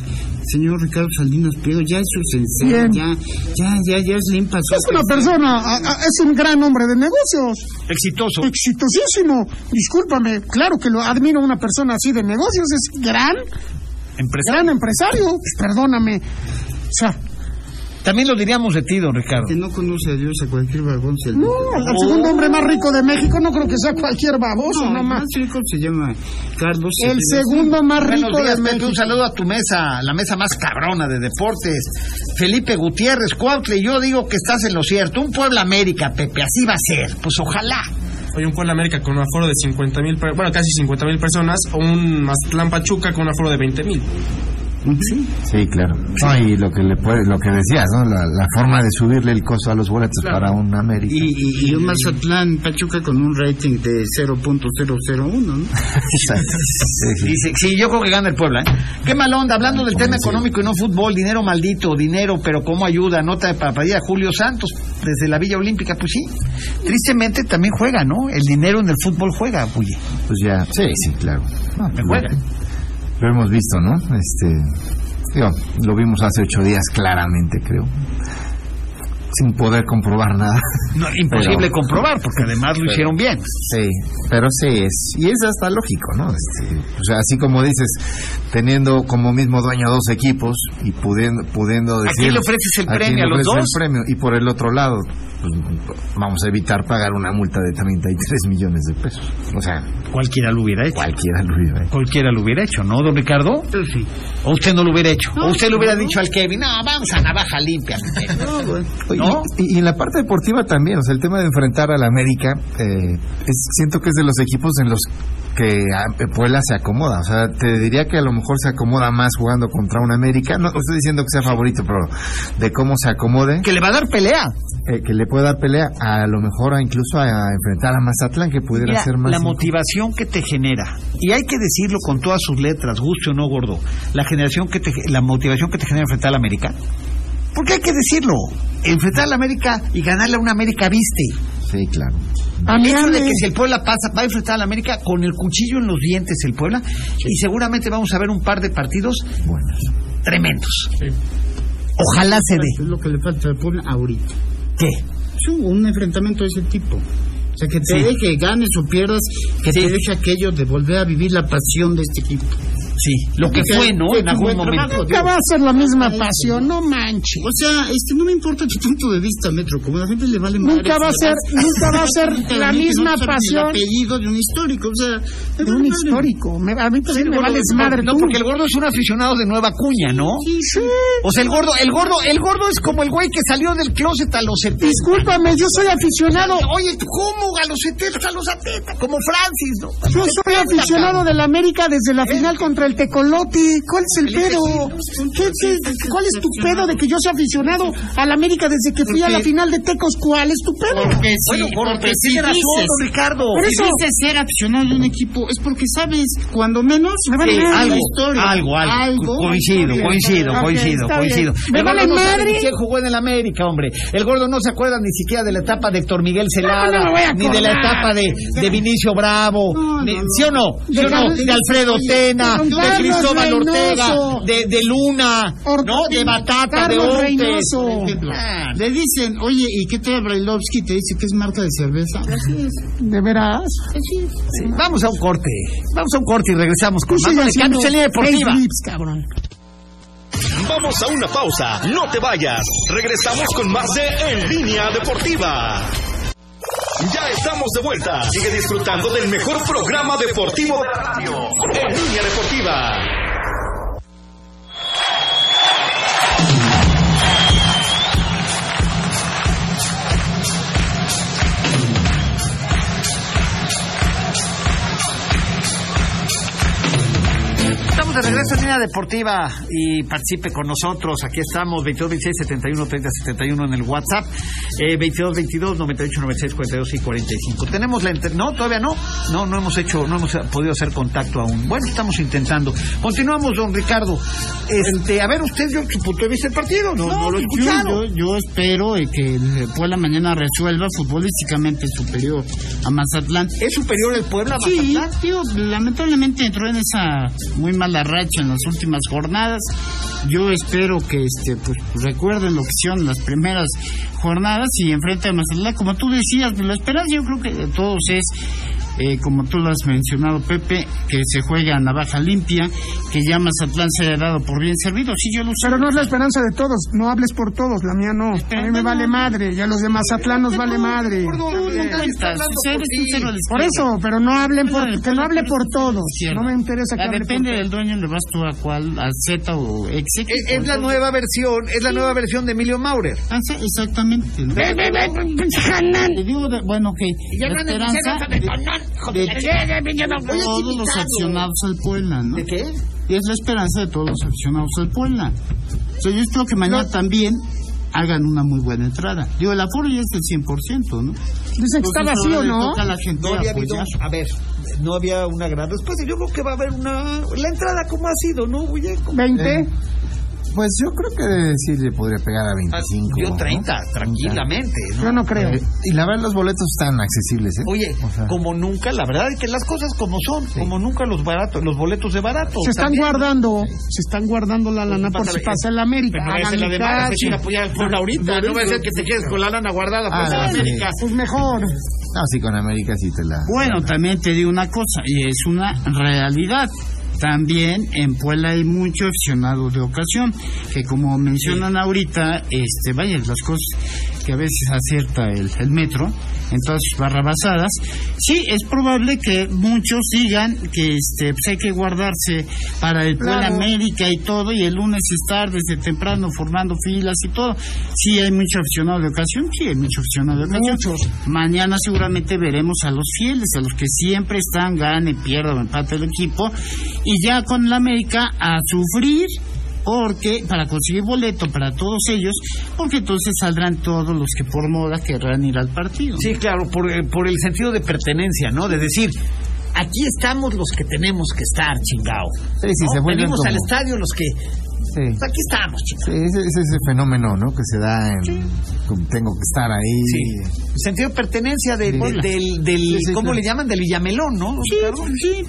Speaker 3: señor Ricardo Salinas Pliego. Ya es su sensei,
Speaker 2: Bien.
Speaker 3: ya, ya, ya, ya Slim pasó.
Speaker 2: Es una persona, a- a- es un gran hombre de negocios,
Speaker 1: Exitoso.
Speaker 2: exitosísimo. Discúlpame, claro que lo admiro a una persona así de negocios, es gran,
Speaker 1: Empresario.
Speaker 2: gran empresario. Pues, perdóname. O sea,
Speaker 1: También lo diríamos de ti, don Ricardo.
Speaker 3: Que no conoce a Dios a cualquier barbón se le-
Speaker 2: no, al al segundo hombre más rico de México no creo que sea cualquier baboso,
Speaker 3: No,
Speaker 2: no
Speaker 3: el
Speaker 2: más.
Speaker 3: más rico se llama Carlos.
Speaker 2: El
Speaker 3: Salinas.
Speaker 2: segundo más
Speaker 1: Buenos
Speaker 2: rico de
Speaker 1: días, Pepe.
Speaker 2: México.
Speaker 1: Un saludo a tu mesa, la mesa más cabrona de deportes. Felipe Gutiérrez, Cuautle, yo digo que estás en lo cierto. Un Puebla América, Pepe, así va a ser. Pues ojalá.
Speaker 4: Hoy un Puebla América con un aforo de 50 mil, bueno, casi 50 mil personas, o un Mazatlán Pachuca con un aforo de 20 mil.
Speaker 5: Sí, claro. No, y lo que le puede, lo que decías, ¿no? La, la forma de subirle el costo a los boletos para un América.
Speaker 3: Y, y, y un Mazatlán Pachuca con un rating de 0.001, ¿no?
Speaker 2: Ah,
Speaker 5: Exacto. Sí, sí.
Speaker 1: Dice, sí, yo creo que gana el Puebla. ¿eh? Qué mal onda, hablando del tema económico y no fútbol, dinero maldito, dinero, pero cómo ayuda. Nota de papadilla, Julio Santos, desde la Villa Olímpica, pues sí. Tristemente también juega, ¿no? El dinero en el fútbol juega, Puye.
Speaker 5: Pues ya, sí, sí, claro. No,
Speaker 1: Me juega.
Speaker 5: Lo hemos visto, ¿no? Este, digo, lo vimos hace ocho días claramente, creo. Sin poder comprobar nada.
Speaker 1: No, imposible
Speaker 5: Pero-
Speaker 1: comprobar, porque además lo hicieron bien.
Speaker 5: Sí, pero sí es. Y es hasta lógico, ¿no? Este, o sea, así como dices, teniendo como mismo dueño dos equipos y pudiendo, pudiendo
Speaker 1: ¿A
Speaker 5: decir.
Speaker 1: quién le ofreces el
Speaker 5: ¿a quién
Speaker 1: premio? Pues ¿A
Speaker 5: le
Speaker 1: los
Speaker 5: ofreces
Speaker 1: dos?
Speaker 5: el premio? Y por el otro lado, pues, vamos a evitar pagar una multa de 33 millones de pesos. O sea,
Speaker 1: Cualquiera lo hubiera hecho.
Speaker 5: cualquiera lo hubiera hecho.
Speaker 1: Cualquiera lo hubiera hecho, ¿no, don Ricardo?
Speaker 3: Sí.
Speaker 1: ¿O usted no lo hubiera hecho? ¿O usted le hubiera dicho al Kevin, no, vamos a navaja limpia?
Speaker 3: No, güey.
Speaker 5: Oye,
Speaker 1: ¿No?
Speaker 5: Y, y en la parte deportiva también, o sea, el tema de enfrentar al América, eh, es- siento que es de los equipos en los que ah, Puebla se acomoda. O sea, te diría que a lo mejor se acomoda más jugando contra un América. No, no estoy diciendo que sea favorito, pero de cómo se acomode,
Speaker 1: que le va a dar pelea.
Speaker 5: eh, que le pueda dar pelea a lo mejor a incluso a enfrentar a Mazatlán, que pudiera
Speaker 1: Mira,
Speaker 5: ser más.
Speaker 1: la motivación que te genera, y hay que decirlo con todas sus letras, guste o no gordo, la generación que te, la motivación que te genera enfrentar al América. Porque hay que decirlo, enfrentar al América y ganarle a una América viste.
Speaker 5: Sí, claro.
Speaker 1: El hecho de que si el Puebla pasa, va a enfrentar al América con el cuchillo en los dientes el Puebla, y seguramente vamos a ver un par de partidos
Speaker 5: Bueno.
Speaker 1: tremendos. Ojalá se
Speaker 3: Es
Speaker 1: dé.
Speaker 3: lo que le falta al Puebla ahorita.
Speaker 1: ¿Qué?
Speaker 3: Sí, un enfrentamiento de ese tipo. O sea, que te dé que ganes o pierdas, que te deje aquello de volver a vivir la pasión de este equipo.
Speaker 1: Sí, lo que fue, ¿no? En algún momento.
Speaker 2: Nunca va a ser la misma pasión, no manches.
Speaker 3: O sea, este, no me importa tu punto de vista, Metro, como a la gente le vale más.
Speaker 2: Nunca va a ser, nunca va a ser la misma
Speaker 3: El
Speaker 2: pasión
Speaker 3: apellido de un histórico, o sea, me
Speaker 2: de
Speaker 3: vale
Speaker 2: un
Speaker 3: madre.
Speaker 2: histórico. Me- a mí también me
Speaker 1: gordo,
Speaker 2: vales madre
Speaker 1: no,
Speaker 2: tú.
Speaker 1: porque el gordo es un aficionado de nueva cuña, ¿no?
Speaker 2: Sí, sí.
Speaker 1: O sea, el gordo, el gordo, el gordo es como el güey que salió del closet a los 70.
Speaker 2: Discúlpame, yo soy aficionado.
Speaker 1: Oye, ¿cómo a los 70 a los 70? Como Francis, ¿no?
Speaker 2: Yo soy aficionado del América desde la final contra el Tecolote. ¿Cuál es el pedo? ¿Qué- qué- ¿Cuál es tu pedo de que yo soy aficionado al América desde que fui a la final de Tecos? ¿Cuál es tu pedo?
Speaker 3: Porque sí,
Speaker 1: Bueno, gordo,
Speaker 3: porque
Speaker 1: pero
Speaker 3: sí
Speaker 1: tienes razón,
Speaker 3: dices.
Speaker 1: don Ricardo.
Speaker 2: Por
Speaker 3: Si
Speaker 2: eso,
Speaker 3: dices ser aficionado de un equipo, es porque sabes, cuando menos,
Speaker 2: Me vale
Speaker 3: que
Speaker 2: madre.
Speaker 3: hay historia,
Speaker 1: algo, algo. Coincido,
Speaker 3: historia.
Speaker 1: coincido,
Speaker 2: Ok,
Speaker 1: coincido,
Speaker 2: está
Speaker 1: coincido.
Speaker 2: bien. Me
Speaker 1: El
Speaker 2: vale
Speaker 1: gordo no sabe
Speaker 2: madre.
Speaker 1: ni ¿Quién jugó en el América, hombre? El gordo no se acuerda ni siquiera de la etapa de Héctor Miguel
Speaker 2: pues No, no me voy
Speaker 1: Celada,
Speaker 2: a
Speaker 1: ni de la
Speaker 2: acordar.
Speaker 1: etapa de, de Vinicio Bravo,
Speaker 3: No,
Speaker 1: ni-
Speaker 3: no, no.
Speaker 1: ¿sí o no? ¿Sí o
Speaker 2: De
Speaker 1: no?
Speaker 2: Carlos-
Speaker 1: De Alfredo Tena,
Speaker 2: Don
Speaker 1: de
Speaker 2: Carlos
Speaker 1: Cristóbal Ortega,
Speaker 2: Reynoso.
Speaker 1: de, de Luna,
Speaker 2: Or-
Speaker 1: ¿no? De Batata, de
Speaker 2: Carlos
Speaker 1: Ortega.
Speaker 2: Reynoso.
Speaker 3: Por ejemplo, Ah, le dicen, oye, ¿y qué te Brailovsky? Te dice que es marca de cerveza. Así es,
Speaker 2: de veras.
Speaker 3: así es.
Speaker 1: Vamos a un corte, vamos a un corte y regresamos con
Speaker 2: Tú
Speaker 1: más
Speaker 2: sigues
Speaker 1: de
Speaker 2: haciendo
Speaker 1: Campeones en Línea Deportiva.
Speaker 2: facelips, cabrón.
Speaker 6: Vamos a una pausa, no te vayas. Regresamos con más de En Línea Deportiva. Ya estamos de vuelta. Sigue disfrutando del mejor programa deportivo de la radio. En Línea Deportiva.
Speaker 1: Estamos de regreso en Línea Deportiva y participe con nosotros. Aquí estamos, 22 26 71 30 71 en el WhatsApp, eh, 22 22 98 96 42 y 45. Tenemos la enter- No, todavía no. No, no hemos hecho, no hemos podido hacer contacto aún. Bueno, estamos intentando. Continuamos, don Ricardo. Este, a ver, usted dio su punto de vista del partido. No, no, lo he
Speaker 3: Yo,
Speaker 1: escuchado.
Speaker 3: yo- yo espero eh, que el Puebla mañana resuelva futbolísticamente superior a Mazatlán.
Speaker 1: ¿Es superior el Puebla? a
Speaker 3: Sí,
Speaker 1: Mazatlán?
Speaker 3: tío, lamentablemente entró en esa muy mala racha en las últimas jornadas. Yo espero que este pues recuerden lo que hicieron las primeras jornadas y enfrente a Mazatlán, como tú decías, pues, la esperanza yo creo que de todos es eh, como tú lo has mencionado, Pepe, que se juega a navaja limpia, que ya Mazatlán se haya dado por bien servido. Sí, yo lo sé.
Speaker 2: Pero no es la esperanza de todos. No hables por todos. La mía no. A mí me vale madre. Y a los de Mazatlán nos vale madre.
Speaker 3: Tú no cuentas, o sea, eres un cero a la
Speaker 2: Por
Speaker 3: izquierda.
Speaker 2: eso, pero no hablen por, que no hable por todos.
Speaker 3: Izquierda.
Speaker 2: No me interesa que
Speaker 3: Ah,
Speaker 2: hable por
Speaker 3: depende del dueño, le vas tú a cuál, a Z o X.
Speaker 1: Es, es la nueva versión, es la nueva versión de Emilio Maurer.
Speaker 3: Ah, sí, exactamente. ¿no? Te digo, de- bueno, que la esperanza de, de todos los aficionados al Puebla, ¿no?
Speaker 1: ¿De qué?
Speaker 3: Y es la esperanza de todos los aficionados al Puebla. O sea, yo espero que mañana también hagan una muy buena entrada. Digo, el aforo ya es del 100%, ¿no?
Speaker 2: Dicen Pues que está
Speaker 3: Entonces,
Speaker 2: vacío,
Speaker 3: ahora le
Speaker 2: ¿no?
Speaker 3: toca a la gente
Speaker 1: No había habido,
Speaker 3: apoyar.
Speaker 1: a ver, no había una gran respuesta. Yo creo que va a haber una. La entrada, ¿cómo ha sido, no, Guille? Como-
Speaker 2: 20.
Speaker 5: Pues yo creo que sí le podría pegar a 25.
Speaker 1: Yo
Speaker 5: ¿no?
Speaker 1: 30, tranquilamente. ¿no?
Speaker 2: Yo no creo.
Speaker 5: Eh, y la verdad, los boletos están accesibles, ¿eh?
Speaker 1: Oye,
Speaker 5: O sea,
Speaker 1: como nunca, la verdad es que las cosas como son, como nunca los baratos, los boletos de barato.
Speaker 2: Se están
Speaker 1: También.
Speaker 2: guardando, se están guardando la
Speaker 1: Pues
Speaker 2: lana por si pasa el América.
Speaker 1: Pero no es la
Speaker 2: Háganle
Speaker 1: de Mara, se
Speaker 2: caso.
Speaker 1: quiere apoyar al Puebla ahorita. No va a ser que te quedes con la lana guardada por
Speaker 5: Ah,
Speaker 1: la
Speaker 5: sí.
Speaker 1: América.
Speaker 2: Pues mejor.
Speaker 5: No, sí, con América sí te la.
Speaker 3: Bueno, también te digo una cosa, y es una realidad. También en Puebla hay mucho aficionado de ocasión, que como mencionan ahorita, este, vaya, las cosas que a veces acierta el, el metro, en todas sus barrabasadas, sí, es probable que muchos digan que este, pues hay que guardarse para el Puebla
Speaker 2: Claro.
Speaker 3: América y todo, y el lunes estar desde temprano formando filas y todo. Sí, hay mucho aficionado de ocasión, sí, hay mucho aficionado de ocasión. Mañana seguramente veremos a los fieles, a los que siempre están, gane, pierda o empate el equipo, y ya con la América a sufrir. Porque para conseguir boleto para todos ellos, porque entonces saldrán todos los que por moda querrán ir al partido.
Speaker 1: Sí, claro, por, eh, por el sentido de pertenencia, ¿no? De decir, aquí estamos los que tenemos que estar, chingao.
Speaker 5: Sí, sí,
Speaker 1: ¿no?
Speaker 5: se vuelven
Speaker 1: Venimos
Speaker 5: como-
Speaker 1: al estadio los que
Speaker 5: Sí.
Speaker 1: Aquí estamos, chicos.
Speaker 5: Sí, ese es ese fenómeno, ¿no? Que se da en. como Tengo que estar ahí.
Speaker 1: Sentido de pertenencia de- de-
Speaker 5: Hola.
Speaker 1: del, del
Speaker 5: Sí, sí,
Speaker 1: ¿cómo
Speaker 5: claro.
Speaker 1: le llaman? Del Villamelón, ¿no? Claro.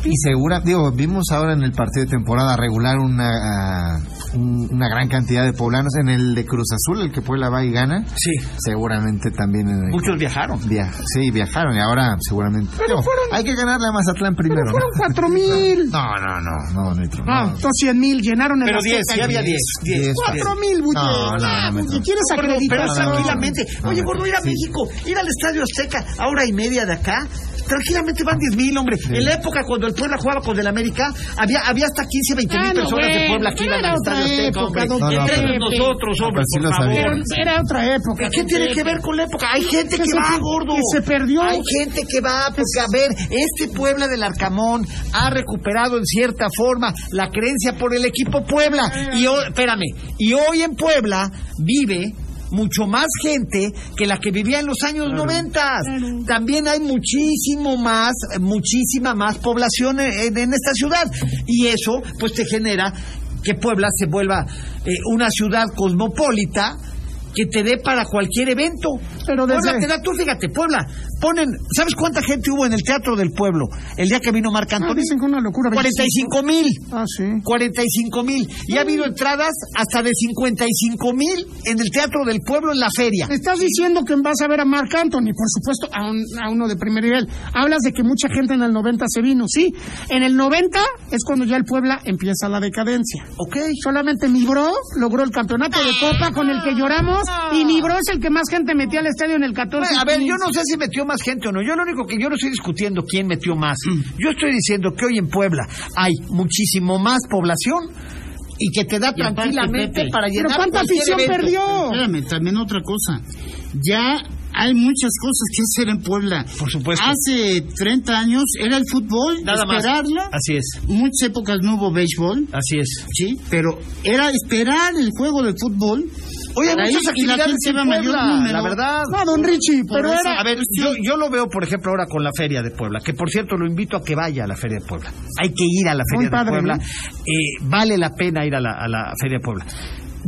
Speaker 5: Y segura, digo, vimos ahora en el partido de temporada regular una, ah, un- una gran cantidad de poblanos. En el de Cruz Azul, el que Puebla va y gana,
Speaker 1: Sí.
Speaker 5: seguramente también. En el-
Speaker 1: Muchos viajaron.
Speaker 5: Via- sí, viajaron y ahora seguramente. Digo, hay que ganarle a Mazatlán primero. ¿no?
Speaker 2: Fueron cuatro mil.
Speaker 5: No, no, no, no, Nitro, no.
Speaker 2: Ah, entonces cien mil llenaron el
Speaker 1: Pero
Speaker 2: Azteca.
Speaker 1: 10, ya había 10. 10.
Speaker 5: Diez.
Speaker 2: Cuatro mil, Buche.
Speaker 5: No, no,
Speaker 3: Ah,
Speaker 5: no,
Speaker 2: Buche,
Speaker 5: no.
Speaker 2: ¿Quieres
Speaker 1: Pero, pero
Speaker 2: acreditar?
Speaker 1: tranquilamente.
Speaker 5: no,
Speaker 1: Oye,
Speaker 5: no,
Speaker 1: gordo, ir a
Speaker 5: Ah, sí.
Speaker 1: México, ir al Estadio Azteca a hora y media de acá, tranquilamente van 10 mil, hombre. En la época cuando el Puebla jugaba con el América, había, había hasta 15, 20 mil
Speaker 2: Ah, no,
Speaker 1: personas de
Speaker 2: bueno,
Speaker 1: Puebla que iban
Speaker 2: era
Speaker 1: al
Speaker 2: otra
Speaker 1: Estadio Azteca,
Speaker 2: época,
Speaker 1: hombre.
Speaker 2: don
Speaker 5: No, no,
Speaker 1: Entre
Speaker 5: pero-
Speaker 1: nosotros, hombre,
Speaker 5: Pero sí
Speaker 1: por
Speaker 5: lo
Speaker 1: favor.
Speaker 5: sabían.
Speaker 2: Pero era otra época.
Speaker 1: ¿Qué tiene que ver con la época? Hay gente que,
Speaker 2: Que se-
Speaker 1: va, gordo.
Speaker 2: que se perdió.
Speaker 1: Hay gente que va, porque a ver, este Puebla del Arcamón ha recuperado en cierta forma la creencia por el equipo Puebla. Y hoy, espérame, y hoy en Puebla vive mucho más gente que la que vivía en los años noventas. También hay muchísimo más, eh, muchísima más población en, en esta ciudad. Y eso, pues, te genera que Puebla se vuelva eh, una ciudad cosmopolita que te dé para cualquier evento.
Speaker 2: Pero desde-
Speaker 1: Puebla te da, tú fíjate, Puebla, ponen, ¿sabes cuánta gente hubo en el Teatro del Pueblo el día que vino Marc
Speaker 2: Ah,
Speaker 1: Anthony?
Speaker 2: dicen que una locura.
Speaker 1: 45 mil.
Speaker 2: Ah, sí.
Speaker 1: 45 mil. Y ha habido entradas hasta de 55 mil en el Teatro del Pueblo en la feria.
Speaker 2: Me Estás diciendo que vas a ver a Marc Anthony, por supuesto, a, un- a uno de primer nivel. Hablas de que mucha gente en el 90 se vino, sí. En el 90 es cuando ya el Puebla empieza la decadencia.
Speaker 1: Ok.
Speaker 2: Solamente mi bro logró el campeonato de Copa con el que lloramos y mi bro es el que más gente metía al estadio en el 14.
Speaker 1: Ah. Bueno, a ver, yo no sé si metió más gente o no. Yo lo único que yo no estoy discutiendo quién metió más.
Speaker 2: Mm.
Speaker 1: Yo estoy diciendo que hoy en Puebla hay muchísimo más población y que te da
Speaker 3: Y aparte,
Speaker 1: tranquilamente
Speaker 3: Pepe,
Speaker 1: para
Speaker 2: Pero
Speaker 1: llenar
Speaker 2: ¿cuánta
Speaker 1: cualquier
Speaker 2: afición
Speaker 1: evento.
Speaker 2: perdió?
Speaker 3: Espérame, también otra cosa. Ya hay muchas cosas que hacer en Puebla.
Speaker 1: Por supuesto.
Speaker 2: Ah,
Speaker 3: Hace 30 años era el fútbol,
Speaker 1: Nada más.
Speaker 3: esperarlo.
Speaker 1: Así es,
Speaker 3: Muchas épocas no hubo béisbol,
Speaker 1: así es.
Speaker 3: sí, pero era esperar el juego de fútbol.
Speaker 1: Oye, hay
Speaker 3: Para
Speaker 1: muchas
Speaker 3: ir y la
Speaker 1: actividades
Speaker 3: gente
Speaker 1: en
Speaker 3: iba a mayor
Speaker 1: Puebla,
Speaker 3: número.
Speaker 1: la
Speaker 3: Ah,
Speaker 1: verdad.
Speaker 2: No, don Richie,
Speaker 3: Por
Speaker 2: pero
Speaker 3: eso,
Speaker 2: era...
Speaker 1: A ver, yo, yo lo veo, por ejemplo, ahora con la Feria de Puebla, que por cierto lo invito a que vaya a la Feria de Puebla. Hay que ir a la Feria
Speaker 2: Muy padre,
Speaker 1: de Puebla.
Speaker 2: ¿no?
Speaker 1: Eh, vale la pena ir a la, a la Feria de Puebla.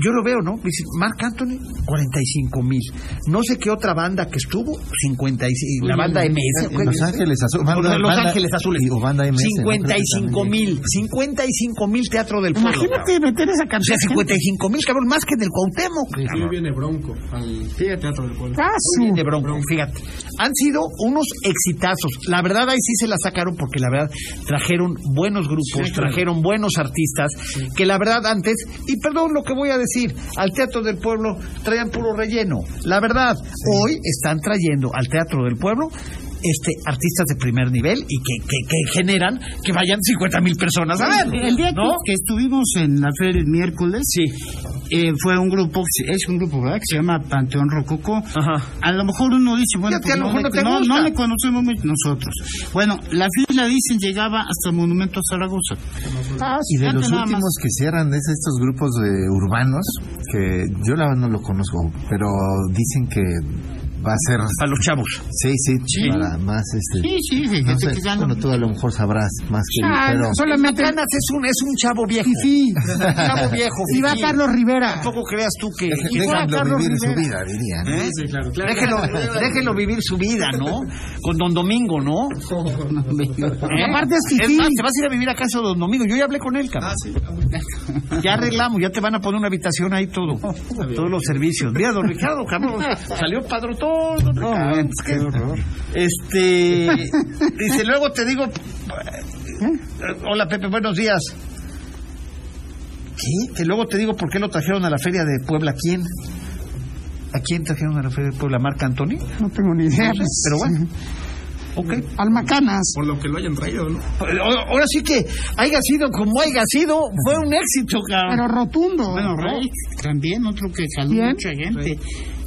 Speaker 1: Yo lo veo, ¿no? Dice, Marc Anthony, 45 mil. No sé qué otra banda que estuvo, 56. La banda MS.
Speaker 5: En Los Ángeles Azul- banda-
Speaker 1: Los
Speaker 5: banda-
Speaker 1: Ángeles Azules.
Speaker 5: y- o banda MS, ¿no?
Speaker 1: 55 mil. 55 mil Teatro del Pueblo.
Speaker 2: Imagínate
Speaker 1: cabrón.
Speaker 2: meter esa
Speaker 1: O sea,
Speaker 2: cantidad.
Speaker 1: 55 mil, cabrón, más que del Cuauhtémoc.
Speaker 4: Ahí viene Bronco al Teatro del Pueblo.
Speaker 2: Casu.
Speaker 1: Muy bien de Bronco, fíjate. Han sido unos exitazos. La verdad, ahí sí se la sacaron porque la verdad trajeron buenos grupos, trajeron buenos artistas, que la verdad antes, y perdón lo que voy a decir, al Teatro del Pueblo traían puro relleno. La verdad, hoy están trayendo al Teatro del Pueblo este artistas de primer nivel y que, que- que generan que vayan 50 mil personas a ver.
Speaker 3: El día que-
Speaker 1: ¿no?
Speaker 3: que estuvimos en la feria el miércoles,
Speaker 1: Sí.
Speaker 3: eh, fue un grupo, es un grupo ¿verdad? que se llama Panteón Rococó.
Speaker 1: Ajá.
Speaker 3: A lo mejor uno dice, bueno,
Speaker 1: Ya que a lo mejor
Speaker 3: le-
Speaker 1: no te
Speaker 3: no,
Speaker 1: gusta.
Speaker 3: no le conocemos mucho nosotros. Bueno, la fila, dicen, llegaba hasta el Monumento a Zaragoza.
Speaker 1: Ah,
Speaker 5: Y de
Speaker 3: Fíjate
Speaker 5: los
Speaker 3: Ah, nada más.
Speaker 5: últimos que cierran es estos grupos de urbanos, que yo la verdad no lo conozco, pero dicen que va a ser...
Speaker 1: A los chavos.
Speaker 5: Sí, sí,
Speaker 3: Sí.
Speaker 5: para más este...
Speaker 3: Sí, sí, fíjate
Speaker 5: No sé,
Speaker 3: que ya no-
Speaker 5: bueno, tú a lo mejor sabrás más que yo,
Speaker 2: Ah,
Speaker 5: pero...
Speaker 2: solamente...
Speaker 1: Canas es un, es un chavo viejo.
Speaker 2: Sí.
Speaker 1: Un chavo viejo.
Speaker 2: Y va
Speaker 1: fifí.
Speaker 2: Carlos Rivera.
Speaker 1: Tampoco creas tú que...
Speaker 5: Déjalo
Speaker 2: Carlos
Speaker 5: vivir su
Speaker 2: Rivera.
Speaker 5: vida, diría. ¿no?
Speaker 1: ¿Eh? Déjenlo, déjenlo vivir su vida, ¿no? Con Don Domingo, ¿no? ¿Eh?
Speaker 2: Aparte es fifí.
Speaker 1: más, te vas a ir a vivir a casa de Don Domingo. Yo ya hablé con él, cabrón. Ya arreglamos, ya te van a poner una habitación ahí todo. Todos los servicios. Mira, Don Ricardo, cabrón. Salió padrotón, Don Ricardo. Es que- Este. Dice, luego te digo.
Speaker 2: ¿Eh?
Speaker 1: eh, Hola, Pepe, buenos días. ¿Qué? Que luego te digo por qué lo trajeron a la Feria de Puebla. ¿Quién? ¿A quién trajeron a la Feria de Puebla? ¿Marc Anthony?
Speaker 2: No tengo ni idea.
Speaker 1: Pero bueno. Ok.
Speaker 2: Almacanas.
Speaker 4: Por lo que lo hayan traído, ¿no?
Speaker 1: Ahora ahora sí que haya sido como haya sido, fue un éxito, cabrón.
Speaker 2: Pero rotundo.
Speaker 3: Bueno, Reich también, otro que jaló
Speaker 2: Bien.
Speaker 3: mucha gente.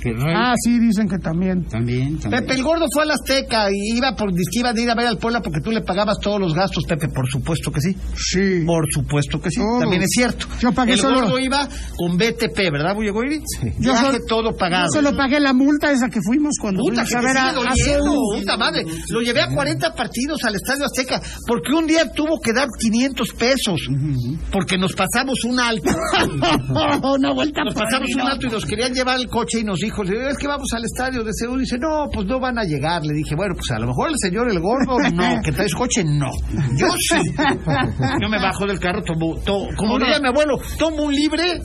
Speaker 3: que Roy
Speaker 2: Ah, sí, dicen que también.
Speaker 3: también, también.
Speaker 1: Pepe, el gordo fue a la Azteca y iba por que iba de ir a ver al Puebla porque tú le pagabas todos los gastos, Pepe, por supuesto que sí.
Speaker 2: Sí.
Speaker 1: Por supuesto que sí,
Speaker 2: Todo.
Speaker 1: también es cierto.
Speaker 2: Yo pagué
Speaker 1: el
Speaker 2: solo-
Speaker 1: gordo iba con BTP, ¿verdad, Bullegoiri? Yo
Speaker 2: Yo
Speaker 1: Viaje
Speaker 2: solo-
Speaker 1: todo pagado.
Speaker 2: Yo solo Ah, pagué la multa esa que fuimos cuando
Speaker 1: Puta,
Speaker 2: fuimos
Speaker 1: que me
Speaker 2: a
Speaker 1: sigue
Speaker 2: ver a, a
Speaker 1: doliendo,
Speaker 2: Seúl.
Speaker 1: puta madre. Lo llevé a 40 partidos al Estadio Azteca porque un día tuvo que dar 500 pesos porque nos pasamos un alto.
Speaker 2: Una vuelta
Speaker 1: Nos
Speaker 2: por
Speaker 1: pasamos
Speaker 2: ahí,
Speaker 1: un
Speaker 2: ¿no?
Speaker 1: alto y nos querían llevar el coche y nos dijo, es que vamos al estadio de Seúl. Y dice, no, pues no van a llegar. Le dije, bueno, pues a lo mejor el señor el gordo, no, que traes coche, no. Yo sí. Yo me bajo del carro, tomo, to- como diría mi abuelo, tomo un libre,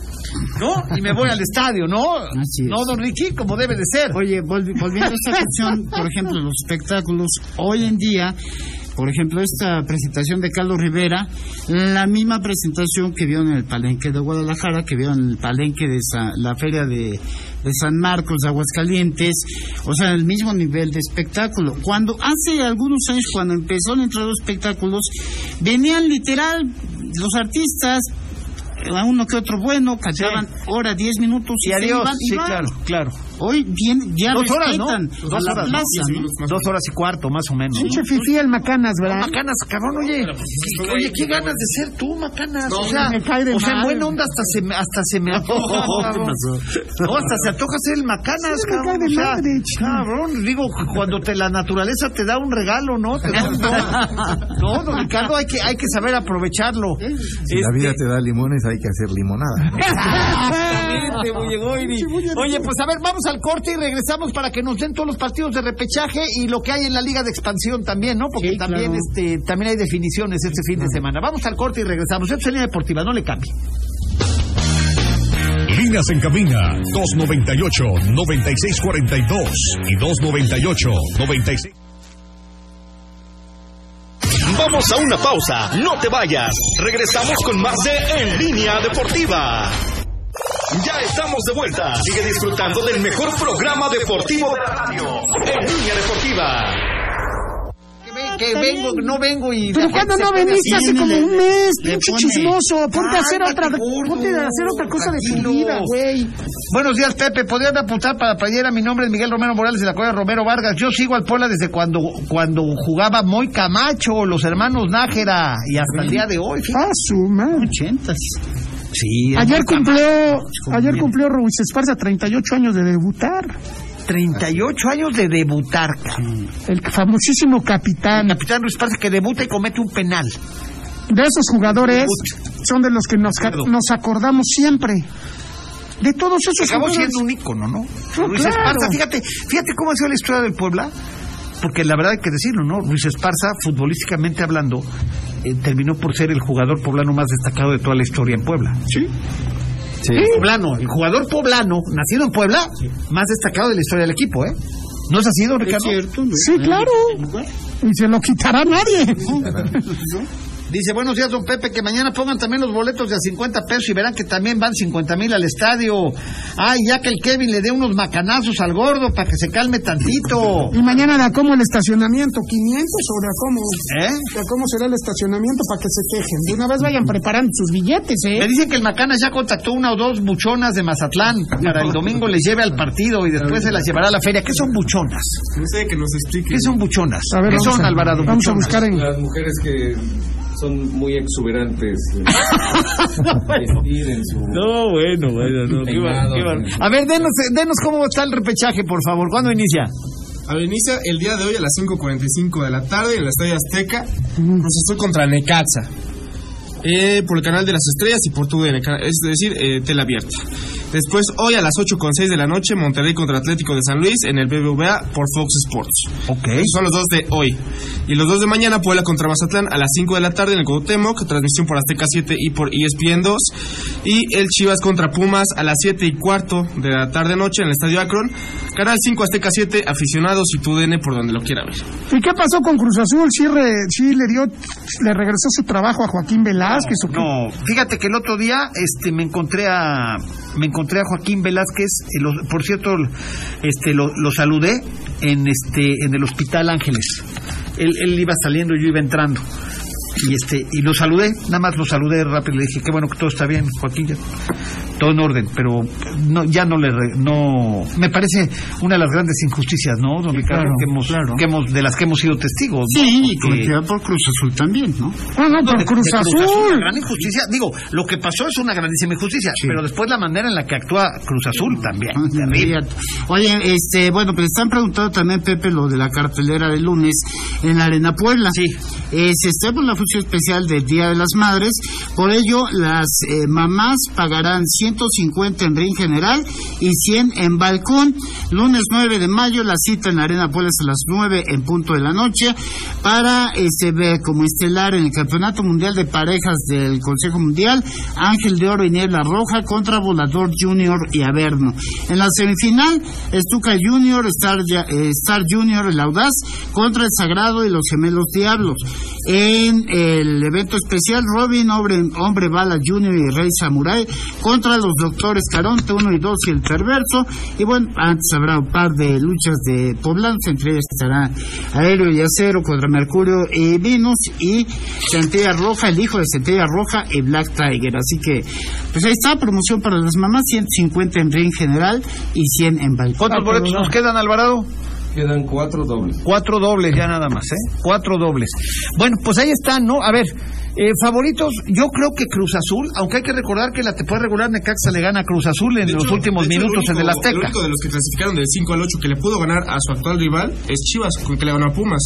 Speaker 1: ¿no? Y me voy al estadio, ¿no?
Speaker 3: Así es.
Speaker 1: No, don Ricky, como debe de ser.
Speaker 3: Oye, volvi- volviendo a esta cuestión, por ejemplo, los espectáculos, hoy en día, por ejemplo, esta presentación de Carlos Rivera, la misma presentación que vio en el Palenque de Guadalajara, que vio en el Palenque de Sa- la Feria de, de San Marcos, de Aguascalientes, o sea, el mismo nivel de espectáculo. Cuando hace algunos años, cuando empezó a entrar los espectáculos, venían literal los artistas, eh, a uno que otro bueno, cantaban hora, diez minutos
Speaker 1: Y
Speaker 3: se
Speaker 1: adiós.
Speaker 3: iban,
Speaker 1: Sí,
Speaker 3: iban.
Speaker 1: claro, claro.
Speaker 3: Hoy bien, ya
Speaker 1: Dos horas, ¿no?
Speaker 3: respetan a
Speaker 1: Dos
Speaker 3: la
Speaker 1: horas, ¿no?
Speaker 3: plaza, ¿no?
Speaker 1: Dos horas y cuarto, más o menos.
Speaker 2: Pinche fifí el Macanas, ¿verdad? pues,
Speaker 1: Macanas, cabrón, oye, oye, qué ganas de ser tú, Macanas. o sea,
Speaker 2: me cae de
Speaker 1: o sea, en
Speaker 2: madre.
Speaker 1: buena onda hasta se me, hasta se me antoja. cabrón. no, hasta se antoja ser el Macanas,
Speaker 2: Sí, me
Speaker 1: cabrón.
Speaker 2: cae de
Speaker 1: o sea,
Speaker 2: madre, chico.
Speaker 1: cabrón, digo, cuando te la naturaleza te da un regalo, ¿no? Te da un don. No, don Ricardo, hay que, hay que saber aprovecharlo.
Speaker 5: Si la vida te da limones, hay que hacer limonada.
Speaker 1: Exactamente, Bullegoiri. Oye, pues a ver, vamos al corte y regresamos para que nos den todos los partidos de repechaje y lo que hay en la Liga de Expansión también, ¿no? Porque
Speaker 3: Sí,
Speaker 1: también
Speaker 3: claro.
Speaker 1: este también hay definiciones este fin de semana. Vamos al corte y regresamos. Esto es Línea Deportiva, no le cambie.
Speaker 6: Líneas en cabina 298-9642 y 298-96. Vamos a una pausa, no te vayas. Regresamos con más de En Línea Deportiva. Ya estamos de vuelta. Sigue disfrutando del mejor programa deportivo de la radio. En Línea Deportiva.
Speaker 1: Que, ve- que vengo, no vengo y...
Speaker 2: Ah, Pero
Speaker 1: la
Speaker 2: cuando
Speaker 1: gente
Speaker 2: no
Speaker 1: se pone
Speaker 2: veniste
Speaker 1: así.
Speaker 2: hace como
Speaker 3: le-
Speaker 2: un mes,
Speaker 3: le
Speaker 2: pinche
Speaker 3: pone-
Speaker 2: chismoso. Ponte a hacer
Speaker 1: Cálmate,
Speaker 2: otra,
Speaker 1: gordo,
Speaker 2: ponte a hacer otra cosa de tu
Speaker 1: tranquilo.
Speaker 2: vida, güey.
Speaker 1: Buenos días, Pepe. ¿Podrían apuntar para playera? Mi nombre es Miguel Romero Morales de la Cueva Romero Vargas. Yo sigo al Puebla desde cuando, cuando jugaba Moy Camacho, los hermanos Nájera y hasta el día de hoy. fíjate.
Speaker 2: Ah, su madre.
Speaker 3: Ochentas.
Speaker 1: Sí,
Speaker 2: Ayer cumplió,
Speaker 3: como
Speaker 2: ayer
Speaker 3: bien.
Speaker 2: cumplió Ruiz Esparza 38 años de debutar.
Speaker 1: 38 años de debutar. cabrón.
Speaker 2: El famosísimo capitán.
Speaker 1: Capitán Luis Parce que debuta y comete un penal.
Speaker 2: De esos jugadores son de los que nos, ca- nos acordamos siempre. De todos esos
Speaker 1: Acabó
Speaker 2: jugadores.
Speaker 1: siendo un ícono, ¿no?
Speaker 2: No,
Speaker 1: Luis
Speaker 2: claro.
Speaker 1: Esparza, fíjate, fíjate cómo ha sido la historia del Puebla, porque la verdad hay que decirlo, ¿no? Luis Esparza, futbolísticamente hablando, eh, terminó por ser el jugador poblano más destacado de toda la historia en Puebla.
Speaker 5: Sí.
Speaker 1: Poblano, el jugador poblano, nacido en Puebla, más destacado de la historia del equipo, ¿eh? ¿No es así, don Ricardo?
Speaker 3: Pues,
Speaker 2: Sí, claro. Y se lo quitará nadie.
Speaker 1: Dice, buenos días, don Pepe, que mañana pongan también los boletos de a 50 pesos y verán que también van 50 mil al estadio. Ay, ya que el Kevin le dé unos macanazos al gordo para que se calme tantito.
Speaker 2: Y mañana da como el estacionamiento, 500 o da como.
Speaker 1: ¿Eh?
Speaker 2: da como será el estacionamiento para que se quejen. De una vez vayan preparando sus billetes,
Speaker 1: Me
Speaker 2: ¿eh?
Speaker 1: dicen que el Macanas ya contactó una o dos buchonas de Mazatlán para el domingo les lleve al partido y después se las llevará a la feria. ¿Qué son buchonas?
Speaker 4: No sé, que nos explique.
Speaker 1: ¿Qué son buchonas?
Speaker 2: A ver,
Speaker 1: ¿Qué
Speaker 2: vamos
Speaker 1: son,
Speaker 2: a-
Speaker 1: Alvarado?
Speaker 2: Vamos a
Speaker 1: buchonas?
Speaker 2: buscar en.
Speaker 9: Las mujeres que son muy exuberantes. eh, vestir en su
Speaker 4: No, bueno, bueno, no.
Speaker 9: peinado, en-
Speaker 1: A ver, denos, eh, denos cómo está el repechaje, por favor. ¿Cuándo inicia?
Speaker 4: A ver, inicia el día de hoy a las 5.45 de la tarde en la Estadio Azteca. Cruz Azul contra Necaxa. Eh, por el canal de las estrellas y por tu es decir, eh, tela abierta. Después, hoy a las 8.06 de la noche, Monterrey contra Atlético de San Luis en el BBVA por Fox Sports.
Speaker 1: Ok.
Speaker 4: Esos son los dos de hoy. Y los dos de mañana, Puebla contra Mazatlán a las 5 de la tarde en el Cuauhtémoc, transmisión por Azteca 7 y por E ESPN 2. Y el Chivas contra Pumas a las 7 y cuarto de la tarde-noche en el Estadio Akron, Canal 5 Azteca 7, aficionados y TUDN por donde lo quiera ver.
Speaker 2: ¿Y qué pasó con Cruz Azul? Sí, re- sí le dio, le regresó su trabajo a Joaquín Velázquez. ¿o qué?
Speaker 1: No, fíjate que el otro día este me encontré a me encontré a Joaquíl Velázquez, eh, lo- por cierto, este lo, lo saludé en este en el Hospital Ángeles. Él, él iba saliendo, yo iba entrando. Y este y lo saludé, nada más lo saludé rápido, le dije, "Qué bueno que todo está bien, Joaquín." ya". todo en orden, pero no, ya no le re- no me parece una de las grandes injusticias, ¿no, don Ricardo?
Speaker 3: claro,
Speaker 1: que hemos, que hemos- de las que hemos sido testigos. ¿no?
Speaker 3: Sí, y
Speaker 1: Porque-
Speaker 3: cometida por Cruz Azul también, ¿no?
Speaker 2: Ah, No, no, por
Speaker 1: de-
Speaker 2: Cruz
Speaker 1: de
Speaker 2: Azul.
Speaker 1: Una gran injusticia. Digo, lo que pasó es una grandísima injusticia, pero después la manera en la que actúa Cruz Azul también. terrible.
Speaker 3: Inmediato. Ah, Oye, este, bueno, pero están preguntando también, Pepe, lo de la cartelera de lunes en la Arena Puebla. Sí. se está por la función especial del Día de las Madres. Por ello, las eh, mamás pagarán 150 en ring general y 100 en balcón. Lunes 9 de mayo, la cita en la Arena Puebla es a las 9 en punto de la noche para este, ver como estelar en el Campeonato Mundial de Parejas del Consejo Mundial Ángel de Oro y Niebla Roja contra Volador Junior y Averno. En la semifinal, Estuca Junior, Star, Ya- eh, Star Junior, el Audaz, contra el Sagrado y los Gemelos Diablos. En el evento especial, Robin, Hombre, Hombre Bala Junior y Rey Samurai, contra los Doctores Caronte 1 y 2 y el Perverso. Y bueno, antes habrá un par de luchas de poblanos, entre ellas estará Aéreo y Acero contra Mercurio y Venus y Centella Roja, el hijo de Centella Roja y Black Tiger. Así que, pues ahí está, promoción para las mamás, 150 en ring general y 100 en balcón.
Speaker 1: ¿Cuántos boletos nos quedan, Alvarado?
Speaker 10: Quedan cuatro dobles.
Speaker 1: Cuatro dobles ya nada más, ¿eh? Cuatro dobles. Bueno, pues ahí están, ¿no? A ver, eh, favoritos, yo creo que Cruz Azul, aunque hay que recordar que la temporada regular Necaxa le gana a Cruz Azul en
Speaker 4: De
Speaker 1: los
Speaker 4: hecho,
Speaker 1: últimos
Speaker 4: de hecho,
Speaker 1: minutos en
Speaker 4: el
Speaker 1: el
Speaker 4: único-
Speaker 1: Azteca.
Speaker 4: El único de los que clasificaron del 5 al 8 que le pudo ganar a su actual rival es Chivas, con que le ganó a Pumas.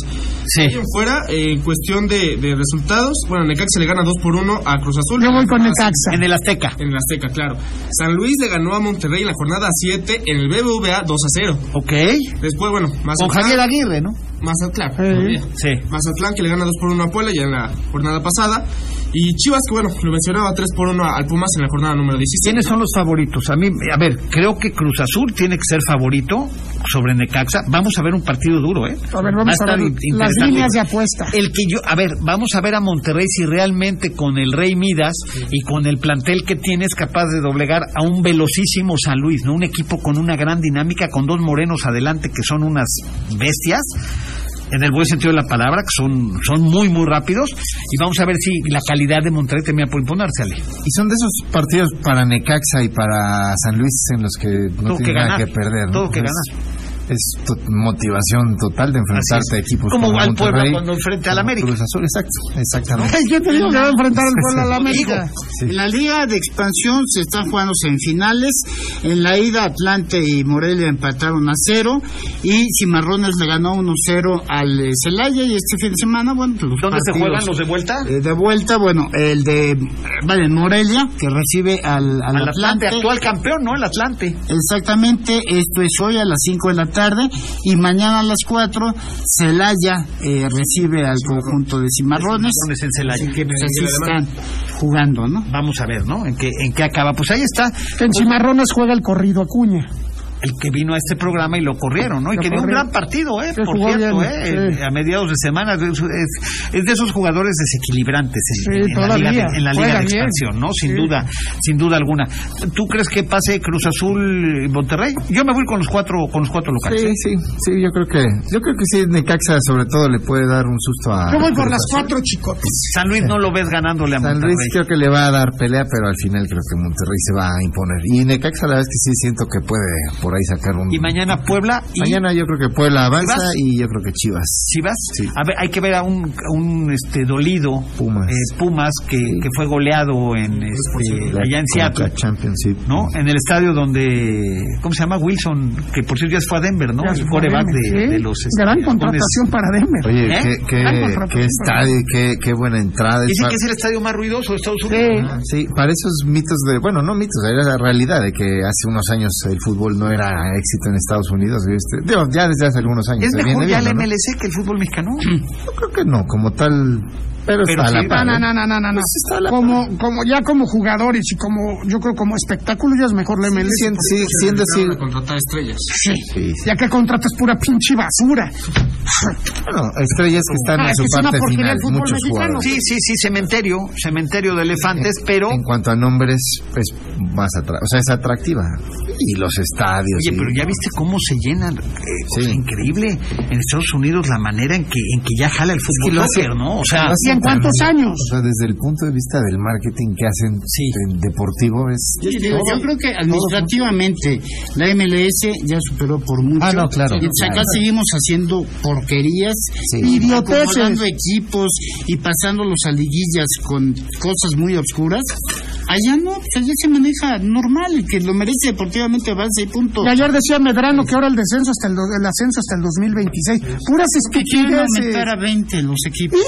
Speaker 1: Sí.
Speaker 4: Ahí en Fuera, eh, en cuestión de, de resultados, bueno, Necaxa le gana 2 por 1 a Cruz Azul.
Speaker 2: Yo voy con
Speaker 4: Además,
Speaker 2: Necaxa.
Speaker 1: En el Azteca.
Speaker 4: En el Azteca, claro. San Luis le ganó a Monterrey en la jornada 7 en el BBVA 2 a 0.
Speaker 1: Ok.
Speaker 4: Después, bueno,
Speaker 1: Con
Speaker 4: Mazatlán.
Speaker 1: Javier Aguirre, ¿no?
Speaker 4: Mazatlán.
Speaker 1: Eh.
Speaker 2: Sí.
Speaker 1: Sí.
Speaker 4: Mazatlán que le gana 2 por 1 a Puebla ya en la jornada pasada. Y Chivas, que bueno, lo mencionaba 3 por 1 al Pumas en la jornada número 16.
Speaker 1: ¿Quiénes son los favoritos? A mí, a ver, creo que Cruz Azul tiene que ser favorito sobre Necaxa. Vamos a ver un partido duro, ¿eh?
Speaker 2: A ver,
Speaker 1: Va
Speaker 2: vamos a
Speaker 1: estar
Speaker 2: ver
Speaker 1: in-
Speaker 2: las
Speaker 1: interesante.
Speaker 2: líneas de apuesta.
Speaker 1: El que yo, a ver, vamos a ver a Monterrey si realmente con el Rey Midas y con el plantel que tiene es capaz de doblegar a un velocísimo San Luis, ¿no? Un equipo con una gran dinámica, con dos morenos adelante que son unas bestias. En el buen sentido de la palabra, que son, son muy, muy rápidos. Y vamos a ver si la calidad de Monterrey termina por imponerse, Ale.
Speaker 5: Y son de esos partidos para Necaxa y para San Luis en los que no
Speaker 1: Todo que
Speaker 5: tiene nada
Speaker 1: ganar,
Speaker 5: que perder. ¿no?
Speaker 1: todo que
Speaker 5: es, Es to- motivación total de enfrentarte a
Speaker 3: Pues
Speaker 5: equipos
Speaker 1: Como
Speaker 5: como,
Speaker 1: al Puebla
Speaker 5: Monterrey,
Speaker 1: cuando enfrenta al
Speaker 5: como
Speaker 1: América.
Speaker 5: Cruz Azul, exacto, exactamente.
Speaker 2: Yo te digo que va a enfrentar al Puebla a la América.
Speaker 5: Sí.
Speaker 3: En la Liga de Expansión se están jugando semifinales. En la ida, Atlante y Morelia empataron a cero. Y Cimarrones le ganó 1-0 al eh, Celaya. Y este fin de semana, bueno, pues los
Speaker 1: ¿Dónde se
Speaker 3: partidos,
Speaker 1: juegan los de vuelta?
Speaker 3: eh, de vuelta, bueno, el de eh, vale, Morelia, que recibe al, al
Speaker 1: Al Atlante,
Speaker 3: Atlante.
Speaker 1: actual campeón, ¿no? El Atlante.
Speaker 3: Exactamente, esto es hoy a las 5 de la tarde y mañana a las 4 Celaya eh, recibe al conjunto de Cimarrones.
Speaker 1: Cimarrones en Celaya.
Speaker 3: Así que, pues, así están jugando, ¿no?
Speaker 1: Vamos a ver, ¿no? ¿En qué, en qué acaba? Pues ahí está
Speaker 2: Que en Cimarrones juega el corrido Acuña.
Speaker 1: el que vino a este programa y lo corrieron, ¿no? Y
Speaker 2: Lo
Speaker 1: que dio un
Speaker 2: corrieron.
Speaker 1: gran partido, ¿eh?
Speaker 2: Sí,
Speaker 1: Por
Speaker 2: jugó
Speaker 1: cierto,
Speaker 2: bien,
Speaker 1: ¿eh?
Speaker 2: sí.
Speaker 1: A mediados de semana. Es, es- es de esos jugadores desequilibrantes en,
Speaker 2: Sí,
Speaker 1: en la
Speaker 2: todavía.
Speaker 1: liga, de- en la liga
Speaker 2: Juega
Speaker 1: de
Speaker 2: bien.
Speaker 1: expansión, ¿no? Sin
Speaker 2: Sí.
Speaker 1: duda, sin duda alguna. ¿Tú crees que pase Cruz Azul eh, Monterrey? Yo me voy con los cuatro, con los cuatro locales. ¿eh?
Speaker 5: Sí, sí, sí, yo creo que, yo creo que sí, Necaxa sobre todo le puede dar un susto a
Speaker 2: Yo voy por
Speaker 5: Cruz
Speaker 2: las
Speaker 5: Azul.
Speaker 2: cuatro chicotes.
Speaker 1: San Luis no lo ves ganándole a
Speaker 5: San
Speaker 1: Monterrey.
Speaker 5: Luis creo que le va a dar pelea, pero al final creo que Monterrey se va a imponer. Y Necaxa la verdad es que sí siento que puede por ahí sacar un...
Speaker 1: Y mañana Puebla y
Speaker 5: Mañana yo creo que Puebla avanza
Speaker 1: ¿Chivas?
Speaker 5: y yo creo que Chivas.
Speaker 1: Chivas.
Speaker 5: Sí.
Speaker 1: A ver, hay que ver a un, a un, este dolido
Speaker 5: Pumas.
Speaker 1: eh, Pumas que, que fue goleado en este, allá en Seattle.
Speaker 5: La Championship.
Speaker 1: ¿no? En el estadio donde, ¿cómo se llama? Wilson, que por cierto ya se fue a Denver, ¿no?
Speaker 2: Ya se
Speaker 1: El
Speaker 2: fue a
Speaker 1: coreback
Speaker 2: Denver,
Speaker 1: de,
Speaker 2: sí.
Speaker 1: de los... este,
Speaker 2: Gran
Speaker 1: halcones.
Speaker 2: contratación para Denver.
Speaker 5: Oye,
Speaker 1: ¿Eh?
Speaker 5: qué, qué,
Speaker 2: Ay, por favor.
Speaker 5: qué estadio, qué, qué buena entrada.
Speaker 1: Dicen
Speaker 5: Pa-
Speaker 1: que es el estadio más ruidoso de Estados Unidos. ¿no?
Speaker 5: Sí, para esos mitos de, bueno, no mitos, era la realidad de que hace unos años el fútbol no era éxito en Estados Unidos, ¿viste? Digo, ya desde hace algunos años.
Speaker 1: Es
Speaker 5: se
Speaker 1: mejor
Speaker 5: viene
Speaker 1: ya
Speaker 5: viendo,
Speaker 1: el
Speaker 5: ¿no?
Speaker 1: MLC que el fútbol mexicano.
Speaker 5: Yo creo que no, como tal, pero,
Speaker 1: Pero
Speaker 5: está a
Speaker 1: sí,
Speaker 5: la
Speaker 2: No,
Speaker 5: par,
Speaker 2: no,
Speaker 5: ¿eh?
Speaker 2: no, no, no, no, no.
Speaker 5: está a la
Speaker 2: Como, como, ya como jugadores y como, yo creo como espectáculo ya es mejor la MLS.
Speaker 5: Sí, siendo, sí, siendo así,
Speaker 4: Para contratar estrellas.
Speaker 2: Sí. Ya que contratas pura pinche basura.
Speaker 5: Bueno, estrellas
Speaker 1: Ah,
Speaker 5: Ah, que
Speaker 3: Ah,
Speaker 5: están en su parte final, muchos jugadores.
Speaker 1: Sí, sí, sí, cementerio, cementerio de elefantes,
Speaker 3: Eh,
Speaker 1: pero...
Speaker 5: En cuanto a nombres, es más atra- o sea, es atractiva. Y los estadios.
Speaker 1: Oye,
Speaker 5: y-
Speaker 1: pero ya viste cómo se llenan. Eh, o sea, increíble. En Estados Unidos la manera en que en que ya jala el fútbol
Speaker 5: lo
Speaker 1: soccer,
Speaker 5: hacen-
Speaker 1: ¿no? O sea,
Speaker 5: lo hacen tan-
Speaker 1: años?
Speaker 5: O sea, desde el punto de vista del marketing que hacen en deportivo es
Speaker 3: Yo, digo, yo creo que administrativamente la MLS ya superó por mucho.
Speaker 5: Ah, no, claro.
Speaker 3: Y entonces acá
Speaker 5: Claro.
Speaker 3: seguimos haciendo porquerías,
Speaker 2: Idioteces.
Speaker 3: acomodando equipos y pasándolos a liguillas con cosas muy obscuras. Allá no, pues allá se maneja normal, el que lo merece deportivamente avance y punto.
Speaker 2: Y ayer decía Medrano que ahora el descenso hasta el, do- el ascenso hasta el 2026. Puras
Speaker 3: que quieren
Speaker 2: estupideces.
Speaker 3: aumentar a 20 los equipos.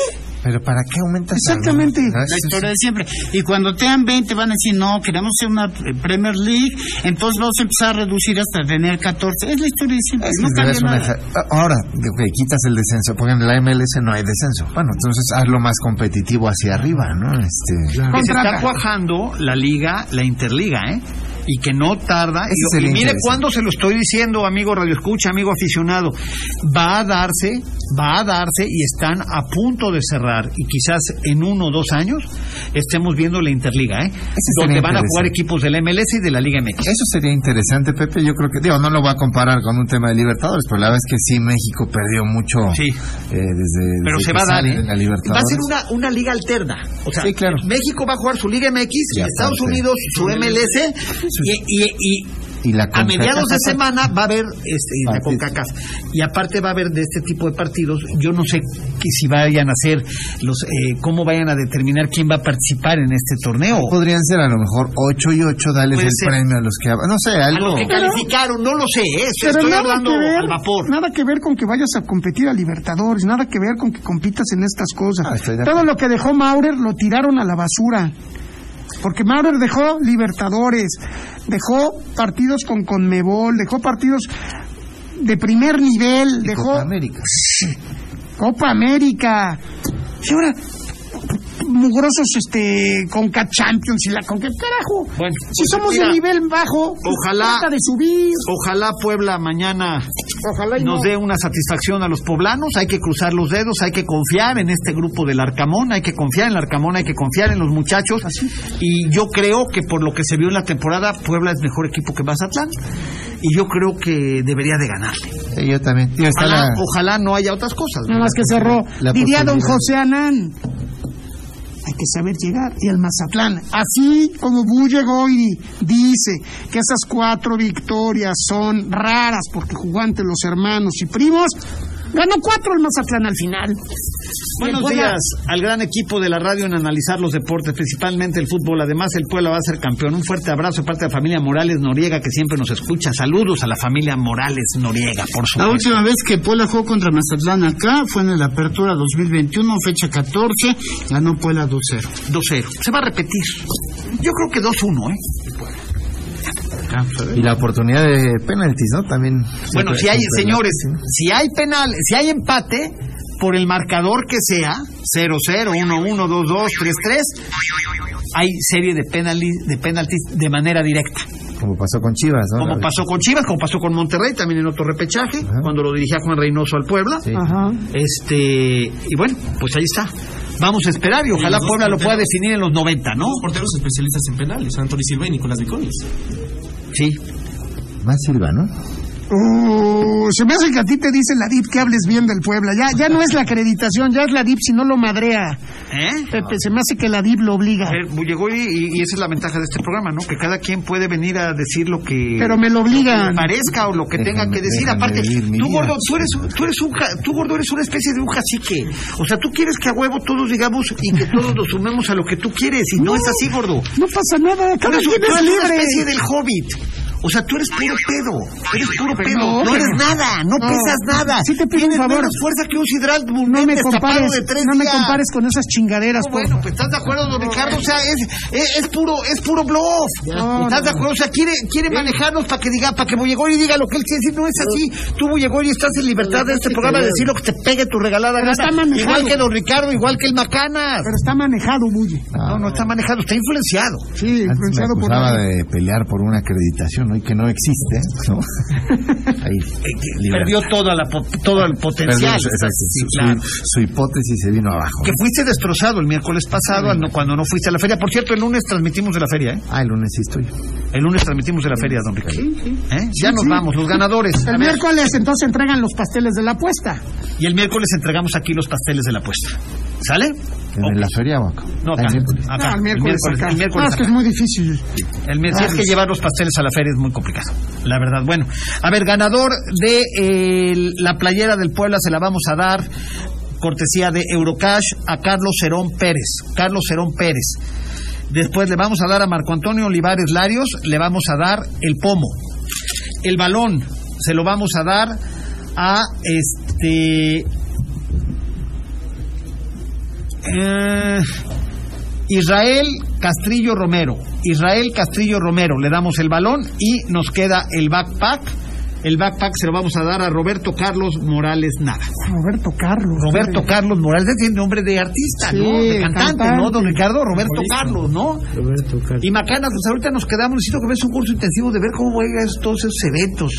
Speaker 5: Pero ¿para qué aumentas? Ah, la
Speaker 2: Exactamente.
Speaker 5: nómina?
Speaker 3: La historia de siempre. Y cuando tengan 20 van a decir, no, queremos ser una eh, Premier League, entonces vamos a empezar a reducir hasta tener 14. Es la historia de siempre.
Speaker 5: Es que
Speaker 3: no
Speaker 5: te
Speaker 3: cambia
Speaker 5: ves una
Speaker 3: nada.
Speaker 5: ja- Ahora, ok, quitas el descenso, porque en la MLS no hay descenso. Bueno, entonces hazlo más competitivo hacia arriba, ¿no? Este,
Speaker 1: Que se
Speaker 5: Contrata.
Speaker 1: está cuajando la liga, la interliga, ¿eh? Y que no tarda.
Speaker 5: Ese
Speaker 1: Y,
Speaker 5: sería
Speaker 1: y mire
Speaker 5: interesante.
Speaker 1: cuándo se lo estoy diciendo, amigo Radio Escucha, amigo aficionado. Va a darse, va a darse y están a punto de cerrar. Y quizás en uno o dos años estemos viendo la interliga, ¿eh? Donde
Speaker 5: sería
Speaker 1: van a jugar
Speaker 5: interesante.
Speaker 1: equipos del MLS y de la Liga MX.
Speaker 5: Eso sería interesante, Pepe. Yo creo que, digo, no lo voy a comparar con un tema de Libertadores, pero la verdad es que sí, México perdió mucho
Speaker 1: Sí.
Speaker 5: eh, desde,
Speaker 1: Pero
Speaker 5: desde
Speaker 1: se
Speaker 5: que
Speaker 1: va a dar,
Speaker 5: sale
Speaker 1: ¿eh?
Speaker 5: de la
Speaker 1: Va a
Speaker 5: Libertadores.
Speaker 1: ser una, una liga alterna. O sea,
Speaker 5: Sí, claro.
Speaker 1: México va a jugar su Liga MX,
Speaker 5: Ya
Speaker 1: Estados
Speaker 5: aparte.
Speaker 1: Unidos su MLS, y- y- y
Speaker 5: Y la
Speaker 1: a
Speaker 5: Conca-
Speaker 1: mediados de semana va a haber este, la
Speaker 5: Partido.
Speaker 1: CONCACAF. Y aparte va a haber de este tipo de partidos, yo no sé que si vayan a hacer, los, eh, cómo vayan a determinar quién va a participar en este torneo.
Speaker 5: Podrían ser a lo mejor 8 y 8, darles
Speaker 1: Puede
Speaker 5: el
Speaker 1: ser.
Speaker 5: premio a los que... No sé,
Speaker 1: A
Speaker 5: algo...
Speaker 1: los que calificaron, no lo sé, eh, eso
Speaker 2: Pero
Speaker 1: estoy
Speaker 2: nada
Speaker 1: hablando
Speaker 2: que, ver,
Speaker 1: al vapor.
Speaker 2: nada que ver con que vayas a competir a Libertadores, nada que ver con que compitas en estas cosas.
Speaker 5: Ah, estoy de
Speaker 2: Todo
Speaker 5: acuerdo.
Speaker 2: lo que dejó Maurer lo tiraron a la basura. Porque Maurer dejó Libertadores, dejó partidos con Conmebol, dejó partidos de primer nivel,
Speaker 5: y
Speaker 2: dejó
Speaker 5: Copa América.
Speaker 2: Copa América. Y ahora, mugrosos este, Conca Champions y la Conca. ¡Carajo!
Speaker 1: Bueno,
Speaker 2: si
Speaker 1: pues
Speaker 2: somos
Speaker 1: mira,
Speaker 2: de nivel bajo, pues
Speaker 1: ojalá-
Speaker 2: trata de subir.
Speaker 1: Ojalá Puebla mañana
Speaker 2: Ojalá y
Speaker 1: nos
Speaker 2: no.
Speaker 1: dé una satisfacción a los poblanos, hay que cruzar los dedos, hay que confiar en este grupo del Arcamón, hay que confiar en el Arcamón, hay que confiar en los muchachos
Speaker 2: ¿Ah,
Speaker 1: y yo creo que por lo que se vio en la temporada Puebla es mejor equipo que Mazatlán y yo creo que debería de ganarle.
Speaker 5: Sí, yo también. Digo, está
Speaker 1: Ojalá,
Speaker 5: la-
Speaker 1: ojalá no haya otras cosas.
Speaker 2: Nada más que cerró.
Speaker 5: La
Speaker 2: Diría don
Speaker 5: posibilidad.
Speaker 2: José Anán. Hay que saber llegar. Y el Mazatlán. Así como Bu llegó y dice que esas cuatro victorias son raras porque jugó ante los hermanos y primos, ganó cuatro el Mazatlán al final.
Speaker 1: Buenos
Speaker 2: Puebla-
Speaker 1: días al gran equipo de la radio en analizar los deportes, principalmente el fútbol. Además, el Puebla va a ser campeón. Un fuerte abrazo de parte de la familia Morales Noriega que siempre nos escucha. Saludos a la familia Morales Noriega, por
Speaker 3: La
Speaker 1: supuesto.
Speaker 3: última vez que Puebla jugó contra Mazatlán acá fue en la apertura 2021, fecha 14, ganó Puebla 2-0.
Speaker 1: 2-0. Se va a repetir. Yo creo que 2-1, ¿eh?
Speaker 5: Y la oportunidad de penaltis, ¿no? También...
Speaker 1: Ah, pues, Bueno,
Speaker 5: siempre-
Speaker 1: si hay,
Speaker 5: siempre-
Speaker 1: señores, si hay penal, si hay empate, por el marcador que sea, 0-0, 1-1, 2-2, 3-3, hay serie de penaltis, de penaltis de manera directa.
Speaker 5: Como pasó con Chivas, ¿no?
Speaker 1: Como pasó con Chivas, como pasó con Monterrey, también en otro repechaje,
Speaker 5: Ajá.
Speaker 1: cuando lo dirigía Juan Reynoso al Puebla.
Speaker 5: Sí.
Speaker 2: Ajá.
Speaker 1: Este, y bueno, pues ahí está. Vamos a esperar y ojalá
Speaker 11: los dos
Speaker 1: Puebla lo
Speaker 11: porteros.
Speaker 1: pueda definir en los 90, ¿no?
Speaker 11: Dos porteros especialistas en penales, Anthony Silva y Nicolás Viconis.
Speaker 1: Sí.
Speaker 5: Más Silva, ¿no?
Speaker 2: Uh, se me hace que a ti te dice la DIP que hables bien del Puebla. Ya, ya no es la acreditación, ya es la DIP si no lo madrea.
Speaker 1: ¿Eh?
Speaker 2: Pepe, se me hace que la DIP lo obliga.
Speaker 1: Eh, llegó y, y- y esa es la ventaja de este programa, ¿no? Que cada quien puede venir a decir lo que
Speaker 2: Pero me lo
Speaker 1: lo que
Speaker 2: obligan.
Speaker 1: parezca o lo que tenga
Speaker 5: Déjame-
Speaker 1: que decir.
Speaker 5: déjame
Speaker 1: Aparte,
Speaker 5: vivir mi
Speaker 1: tú
Speaker 5: vida.
Speaker 1: gordo, tú eres, tú eres un, ja- tú gordo eres una especie de un cacique. O sea, tú quieres que a huevo todos digamos y que todos nos sumemos a lo que tú quieres y no, es así, gordo.
Speaker 2: No pasa nada,
Speaker 1: Tú
Speaker 2: cada
Speaker 1: eres,
Speaker 2: quien
Speaker 1: tú
Speaker 2: es
Speaker 1: eres una
Speaker 2: libre.
Speaker 1: especie del hobbit. O sea, tú eres puro pedo, eres puro pedo, no,
Speaker 2: no.
Speaker 1: eres nada, no,
Speaker 2: No.
Speaker 1: pesas nada.
Speaker 2: Sí te pido
Speaker 1: Tienes
Speaker 2: un favor.
Speaker 1: menos fuerza que un sidral
Speaker 2: No me
Speaker 1: destapado
Speaker 2: compares,
Speaker 1: de tres
Speaker 2: no me
Speaker 1: días.
Speaker 2: compares con esas chingaderas,
Speaker 1: No,
Speaker 2: por
Speaker 1: bueno, pues estás de acuerdo, don Ricardo, o sea, es, es, es puro, es puro bluff.
Speaker 2: No,
Speaker 1: estás
Speaker 2: no,
Speaker 1: de acuerdo, o sea, quiere, quiere manejarnos para que diga, para que Bullegoy diga lo que él quiere decir, no es así. Tú Bullegoy estás en libertad de este programa de decir lo que te pegue tu regalada
Speaker 2: Pero está
Speaker 1: gana.
Speaker 2: manejado.
Speaker 1: Igual que don Ricardo, igual que el Macanas.
Speaker 2: Pero está manejado, Bulle.
Speaker 1: No, no está manejado, está influenciado.
Speaker 2: Sí,
Speaker 5: Antes Ah, me
Speaker 2: influenciado por
Speaker 5: acusaba de pelear por una acreditación, ¿no? Y que no existe, ¿no? Ahí, libertad.
Speaker 1: Perdió toda la, po- todo el potencial.
Speaker 5: Perdió, exacto,
Speaker 1: Sí,
Speaker 5: su-
Speaker 1: claro.
Speaker 5: su, su hipótesis se vino abajo.
Speaker 1: Que fuiste destrozado el miércoles pasado al no- cuando no fuiste a la feria. Por cierto, el lunes transmitimos de la feria, ¿eh?
Speaker 5: Ah, el lunes sí estoy.
Speaker 1: El lunes transmitimos de la feria, don Ricardo. ¿Eh? Ya
Speaker 2: Sí,
Speaker 1: nos
Speaker 2: sí.
Speaker 1: vamos, los ganadores. A ver,
Speaker 2: El miércoles entonces entregan los pasteles de la apuesta.
Speaker 1: y el miércoles entregamos aquí los pasteles de la apuesta. ¿Sale?
Speaker 5: ¿En la feria o acá?
Speaker 1: No,
Speaker 5: Ah,
Speaker 1: acá.
Speaker 5: el miércoles.
Speaker 1: Acá.
Speaker 2: Ah,
Speaker 1: el miércoles,
Speaker 2: acá.
Speaker 1: el miércoles
Speaker 2: No, es que
Speaker 1: acá.
Speaker 2: es muy difícil.
Speaker 1: El mes, si es que llevar los pasteles a la feria es muy complicado, la verdad. Bueno, a ver, ganador de eh, el- la playera del Puebla se la vamos a dar, cortesía de Eurocash, a Carlos Cerón Pérez. Carlos Cerón Pérez. Después le vamos a dar a Marco Antonio Olivares Larios, le vamos a dar el pomo. El balón se lo vamos a dar a este. eh, Israel Castrillo Romero. Israel Castrillo Romero. Le damos el balón y nos queda el backpack. El backpack se lo vamos a dar a Roberto Carlos Morales Nada.
Speaker 2: Roberto Carlos.
Speaker 1: Roberto Carlos Morales ya tiene nombre de artista, ¿no?
Speaker 2: Sí,
Speaker 1: De cantante, ¿no, don
Speaker 2: cantante.
Speaker 1: Ricardo? Roberto Carlos, ¿no?
Speaker 12: Roberto Carlos.
Speaker 1: Y Macana, pues ahorita nos quedamos, necesito que veas un curso intensivo de ver cómo juegas todos esos eventos,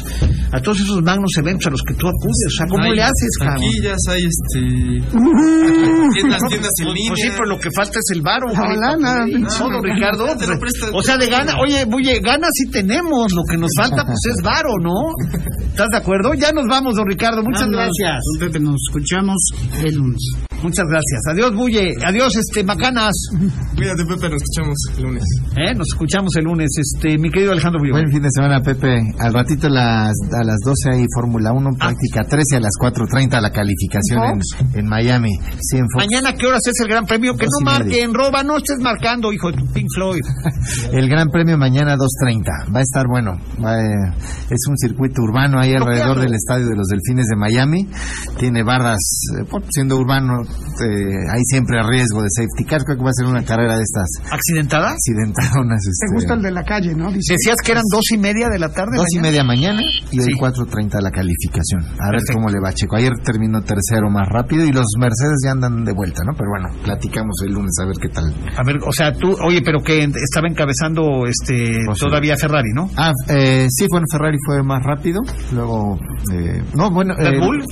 Speaker 1: a todos esos magnos eventos a los que tú acudes, o sea, ¿cómo
Speaker 13: Hay
Speaker 1: le haces, cabrón?
Speaker 13: taquillas, hay este. tiendas, tiendas en
Speaker 1: Pues,
Speaker 13: línea.
Speaker 1: pues sí, pero lo que falta es el varo. güey.
Speaker 2: lana,
Speaker 1: Sí,
Speaker 2: pinche
Speaker 1: no, don
Speaker 2: lana.
Speaker 1: Ricardo. pues,
Speaker 13: Te lo presto.
Speaker 1: O sea, de gana, oye, oye, gana sí tenemos, lo que nos falta pues es varo, ¿no? ¿Estás de acuerdo? Ya nos vamos, don Ricardo, muchas
Speaker 3: Vamos,
Speaker 1: gracias.
Speaker 3: don Pepe, nos escuchamos el lunes.
Speaker 1: Muchas gracias. Adiós, Bulle. Adiós, este, Macanas.
Speaker 13: Cuídate, Pepe, nos escuchamos el lunes.
Speaker 1: ¿Eh? Nos escuchamos el lunes, este, mi querido Alejandro Bulle.
Speaker 5: Buen fin de semana, Pepe. Al ratito las, a las 12 hay Fórmula 1,
Speaker 2: Ah.
Speaker 5: práctica 13, a las 4.30 la calificación en, en Miami. Sí, en Fox.
Speaker 1: Mañana, ¿qué horas es el gran premio? Que
Speaker 5: pues.
Speaker 1: no
Speaker 5: Dos y media.
Speaker 1: marquen, roba, no estés marcando, hijo de tu Pink Floyd.
Speaker 5: El Gran Premio mañana 2.30. Va a estar bueno. Va, eh, es un circuito urbano ahí alrededor del estadio de los Delfines de Miami. Tiene bardas, eh, por- siendo urbano, eh, hay siempre riesgo de safety car. Creo que va a ser una carrera de estas
Speaker 1: ¿Accidentada?
Speaker 5: accidentadonas.
Speaker 2: Te
Speaker 5: este,
Speaker 2: gusta el de la calle, ¿no? Dice.
Speaker 1: Decías que eran dos y media de la tarde.
Speaker 5: Dos y
Speaker 1: mañana.
Speaker 5: media mañana y
Speaker 1: Sí.
Speaker 5: hoy 4.30 la calificación. A ver
Speaker 1: Perfecto.
Speaker 5: cómo le va Checo. Ayer terminó tercero más rápido y los Mercedes ya andan de vuelta, ¿no? Pero bueno, platicamos el lunes a ver qué tal.
Speaker 1: A ver, o sea, tú, oye, pero que en- estaba encabezando este
Speaker 5: O sea,
Speaker 1: todavía Ferrari, ¿no?
Speaker 5: Ah, eh, sí, bueno, Ferrari fue más rápido. Luego, eh, no, bueno,
Speaker 1: Red
Speaker 5: eh,
Speaker 1: Bull.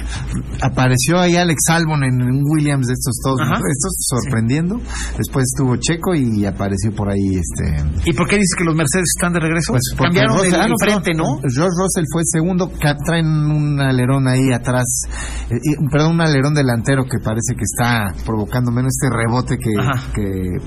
Speaker 5: apareció ahí Alex Albon en un Williams de estos todos,
Speaker 1: Ajá.
Speaker 5: ¿no? estos sorprendiendo. Después estuvo Checo y apareció por ahí este.
Speaker 1: ¿Y por qué dices que los Mercedes están de regreso?
Speaker 5: Pues porque
Speaker 1: Cambiaron el,
Speaker 5: Russell- ah,
Speaker 1: el
Speaker 5: no,
Speaker 1: frente, ¿no?
Speaker 5: perdón. George Russell fue segundo, ca- traen un alerón ahí atrás, eh, y- perdón, un alerón delantero que parece que está provocando menos este rebote que,
Speaker 1: Ajá.
Speaker 5: que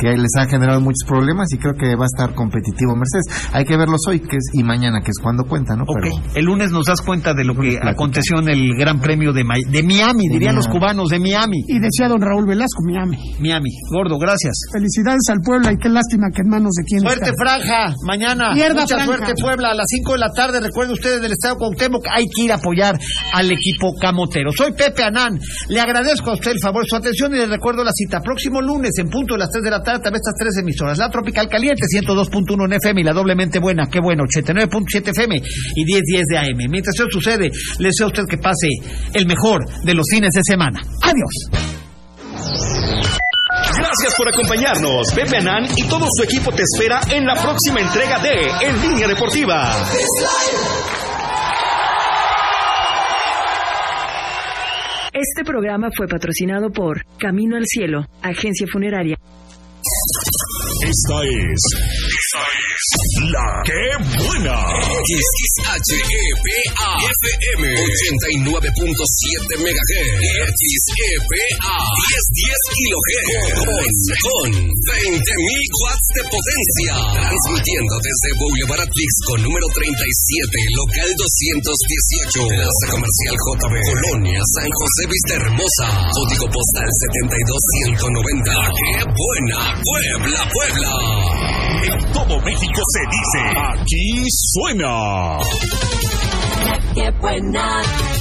Speaker 5: que les ha generado muchos problemas y creo que va a estar competitivo Mercedes. Hay que verlos hoy que es y mañana que es cuando cuenta, ¿no?
Speaker 1: Ok,
Speaker 5: Pero
Speaker 1: el lunes nos das cuenta de lo que aconteció en el Gran Premio de, Mi- de Miami, dirían los
Speaker 5: Miami.
Speaker 1: cubanos, de Miami.
Speaker 2: Y decía don Raúl Velasco, Miami.
Speaker 1: Miami, gordo, gracias.
Speaker 2: Felicidades al pueblo y qué lástima que en manos de quién
Speaker 1: Suerte
Speaker 2: está.
Speaker 1: franja, mañana.
Speaker 2: Mierda
Speaker 1: Mucha
Speaker 2: franja.
Speaker 1: suerte Puebla, a las 5 de la tarde. Recuerden ustedes del Estado Cuauhtémoc, hay que ir a apoyar al equipo camotero. Soy Pepe Anán, le agradezco a usted el favor, su atención y le recuerdo la cita. Próximo lunes, en punto de las 3 de la tarde, a estas tres emisoras. La Tropical Caliente, 102.1 en FM y la doblemente buena, qué bueno, 89.7 FM y 10.10 de AM. Mientras eso sucede, le deseo a usted que pase el mejor de los fines de semana. Adiós.
Speaker 6: Gracias por acompañarnos. Pepe Anán y todo su equipo te espera en la próxima entrega de En Línea Deportiva.
Speaker 14: Este programa fue patrocinado por Camino al Cielo, agencia funeraria.
Speaker 6: Esta es. Esta es. La que buena.
Speaker 4: XHEPA-FM 89.7 MHz XEPA 1010 kHz con, con 20.000 watts de potencia transmitiendo desde Boulevard Atlixco número 37 local 218 Plaza Comercial JB Colonia San José Vista Hermosa código postal 72190 ¡Qué buena Puebla Puebla!
Speaker 6: En todo México se dice. Aquí suena.
Speaker 4: ¡Qué buena!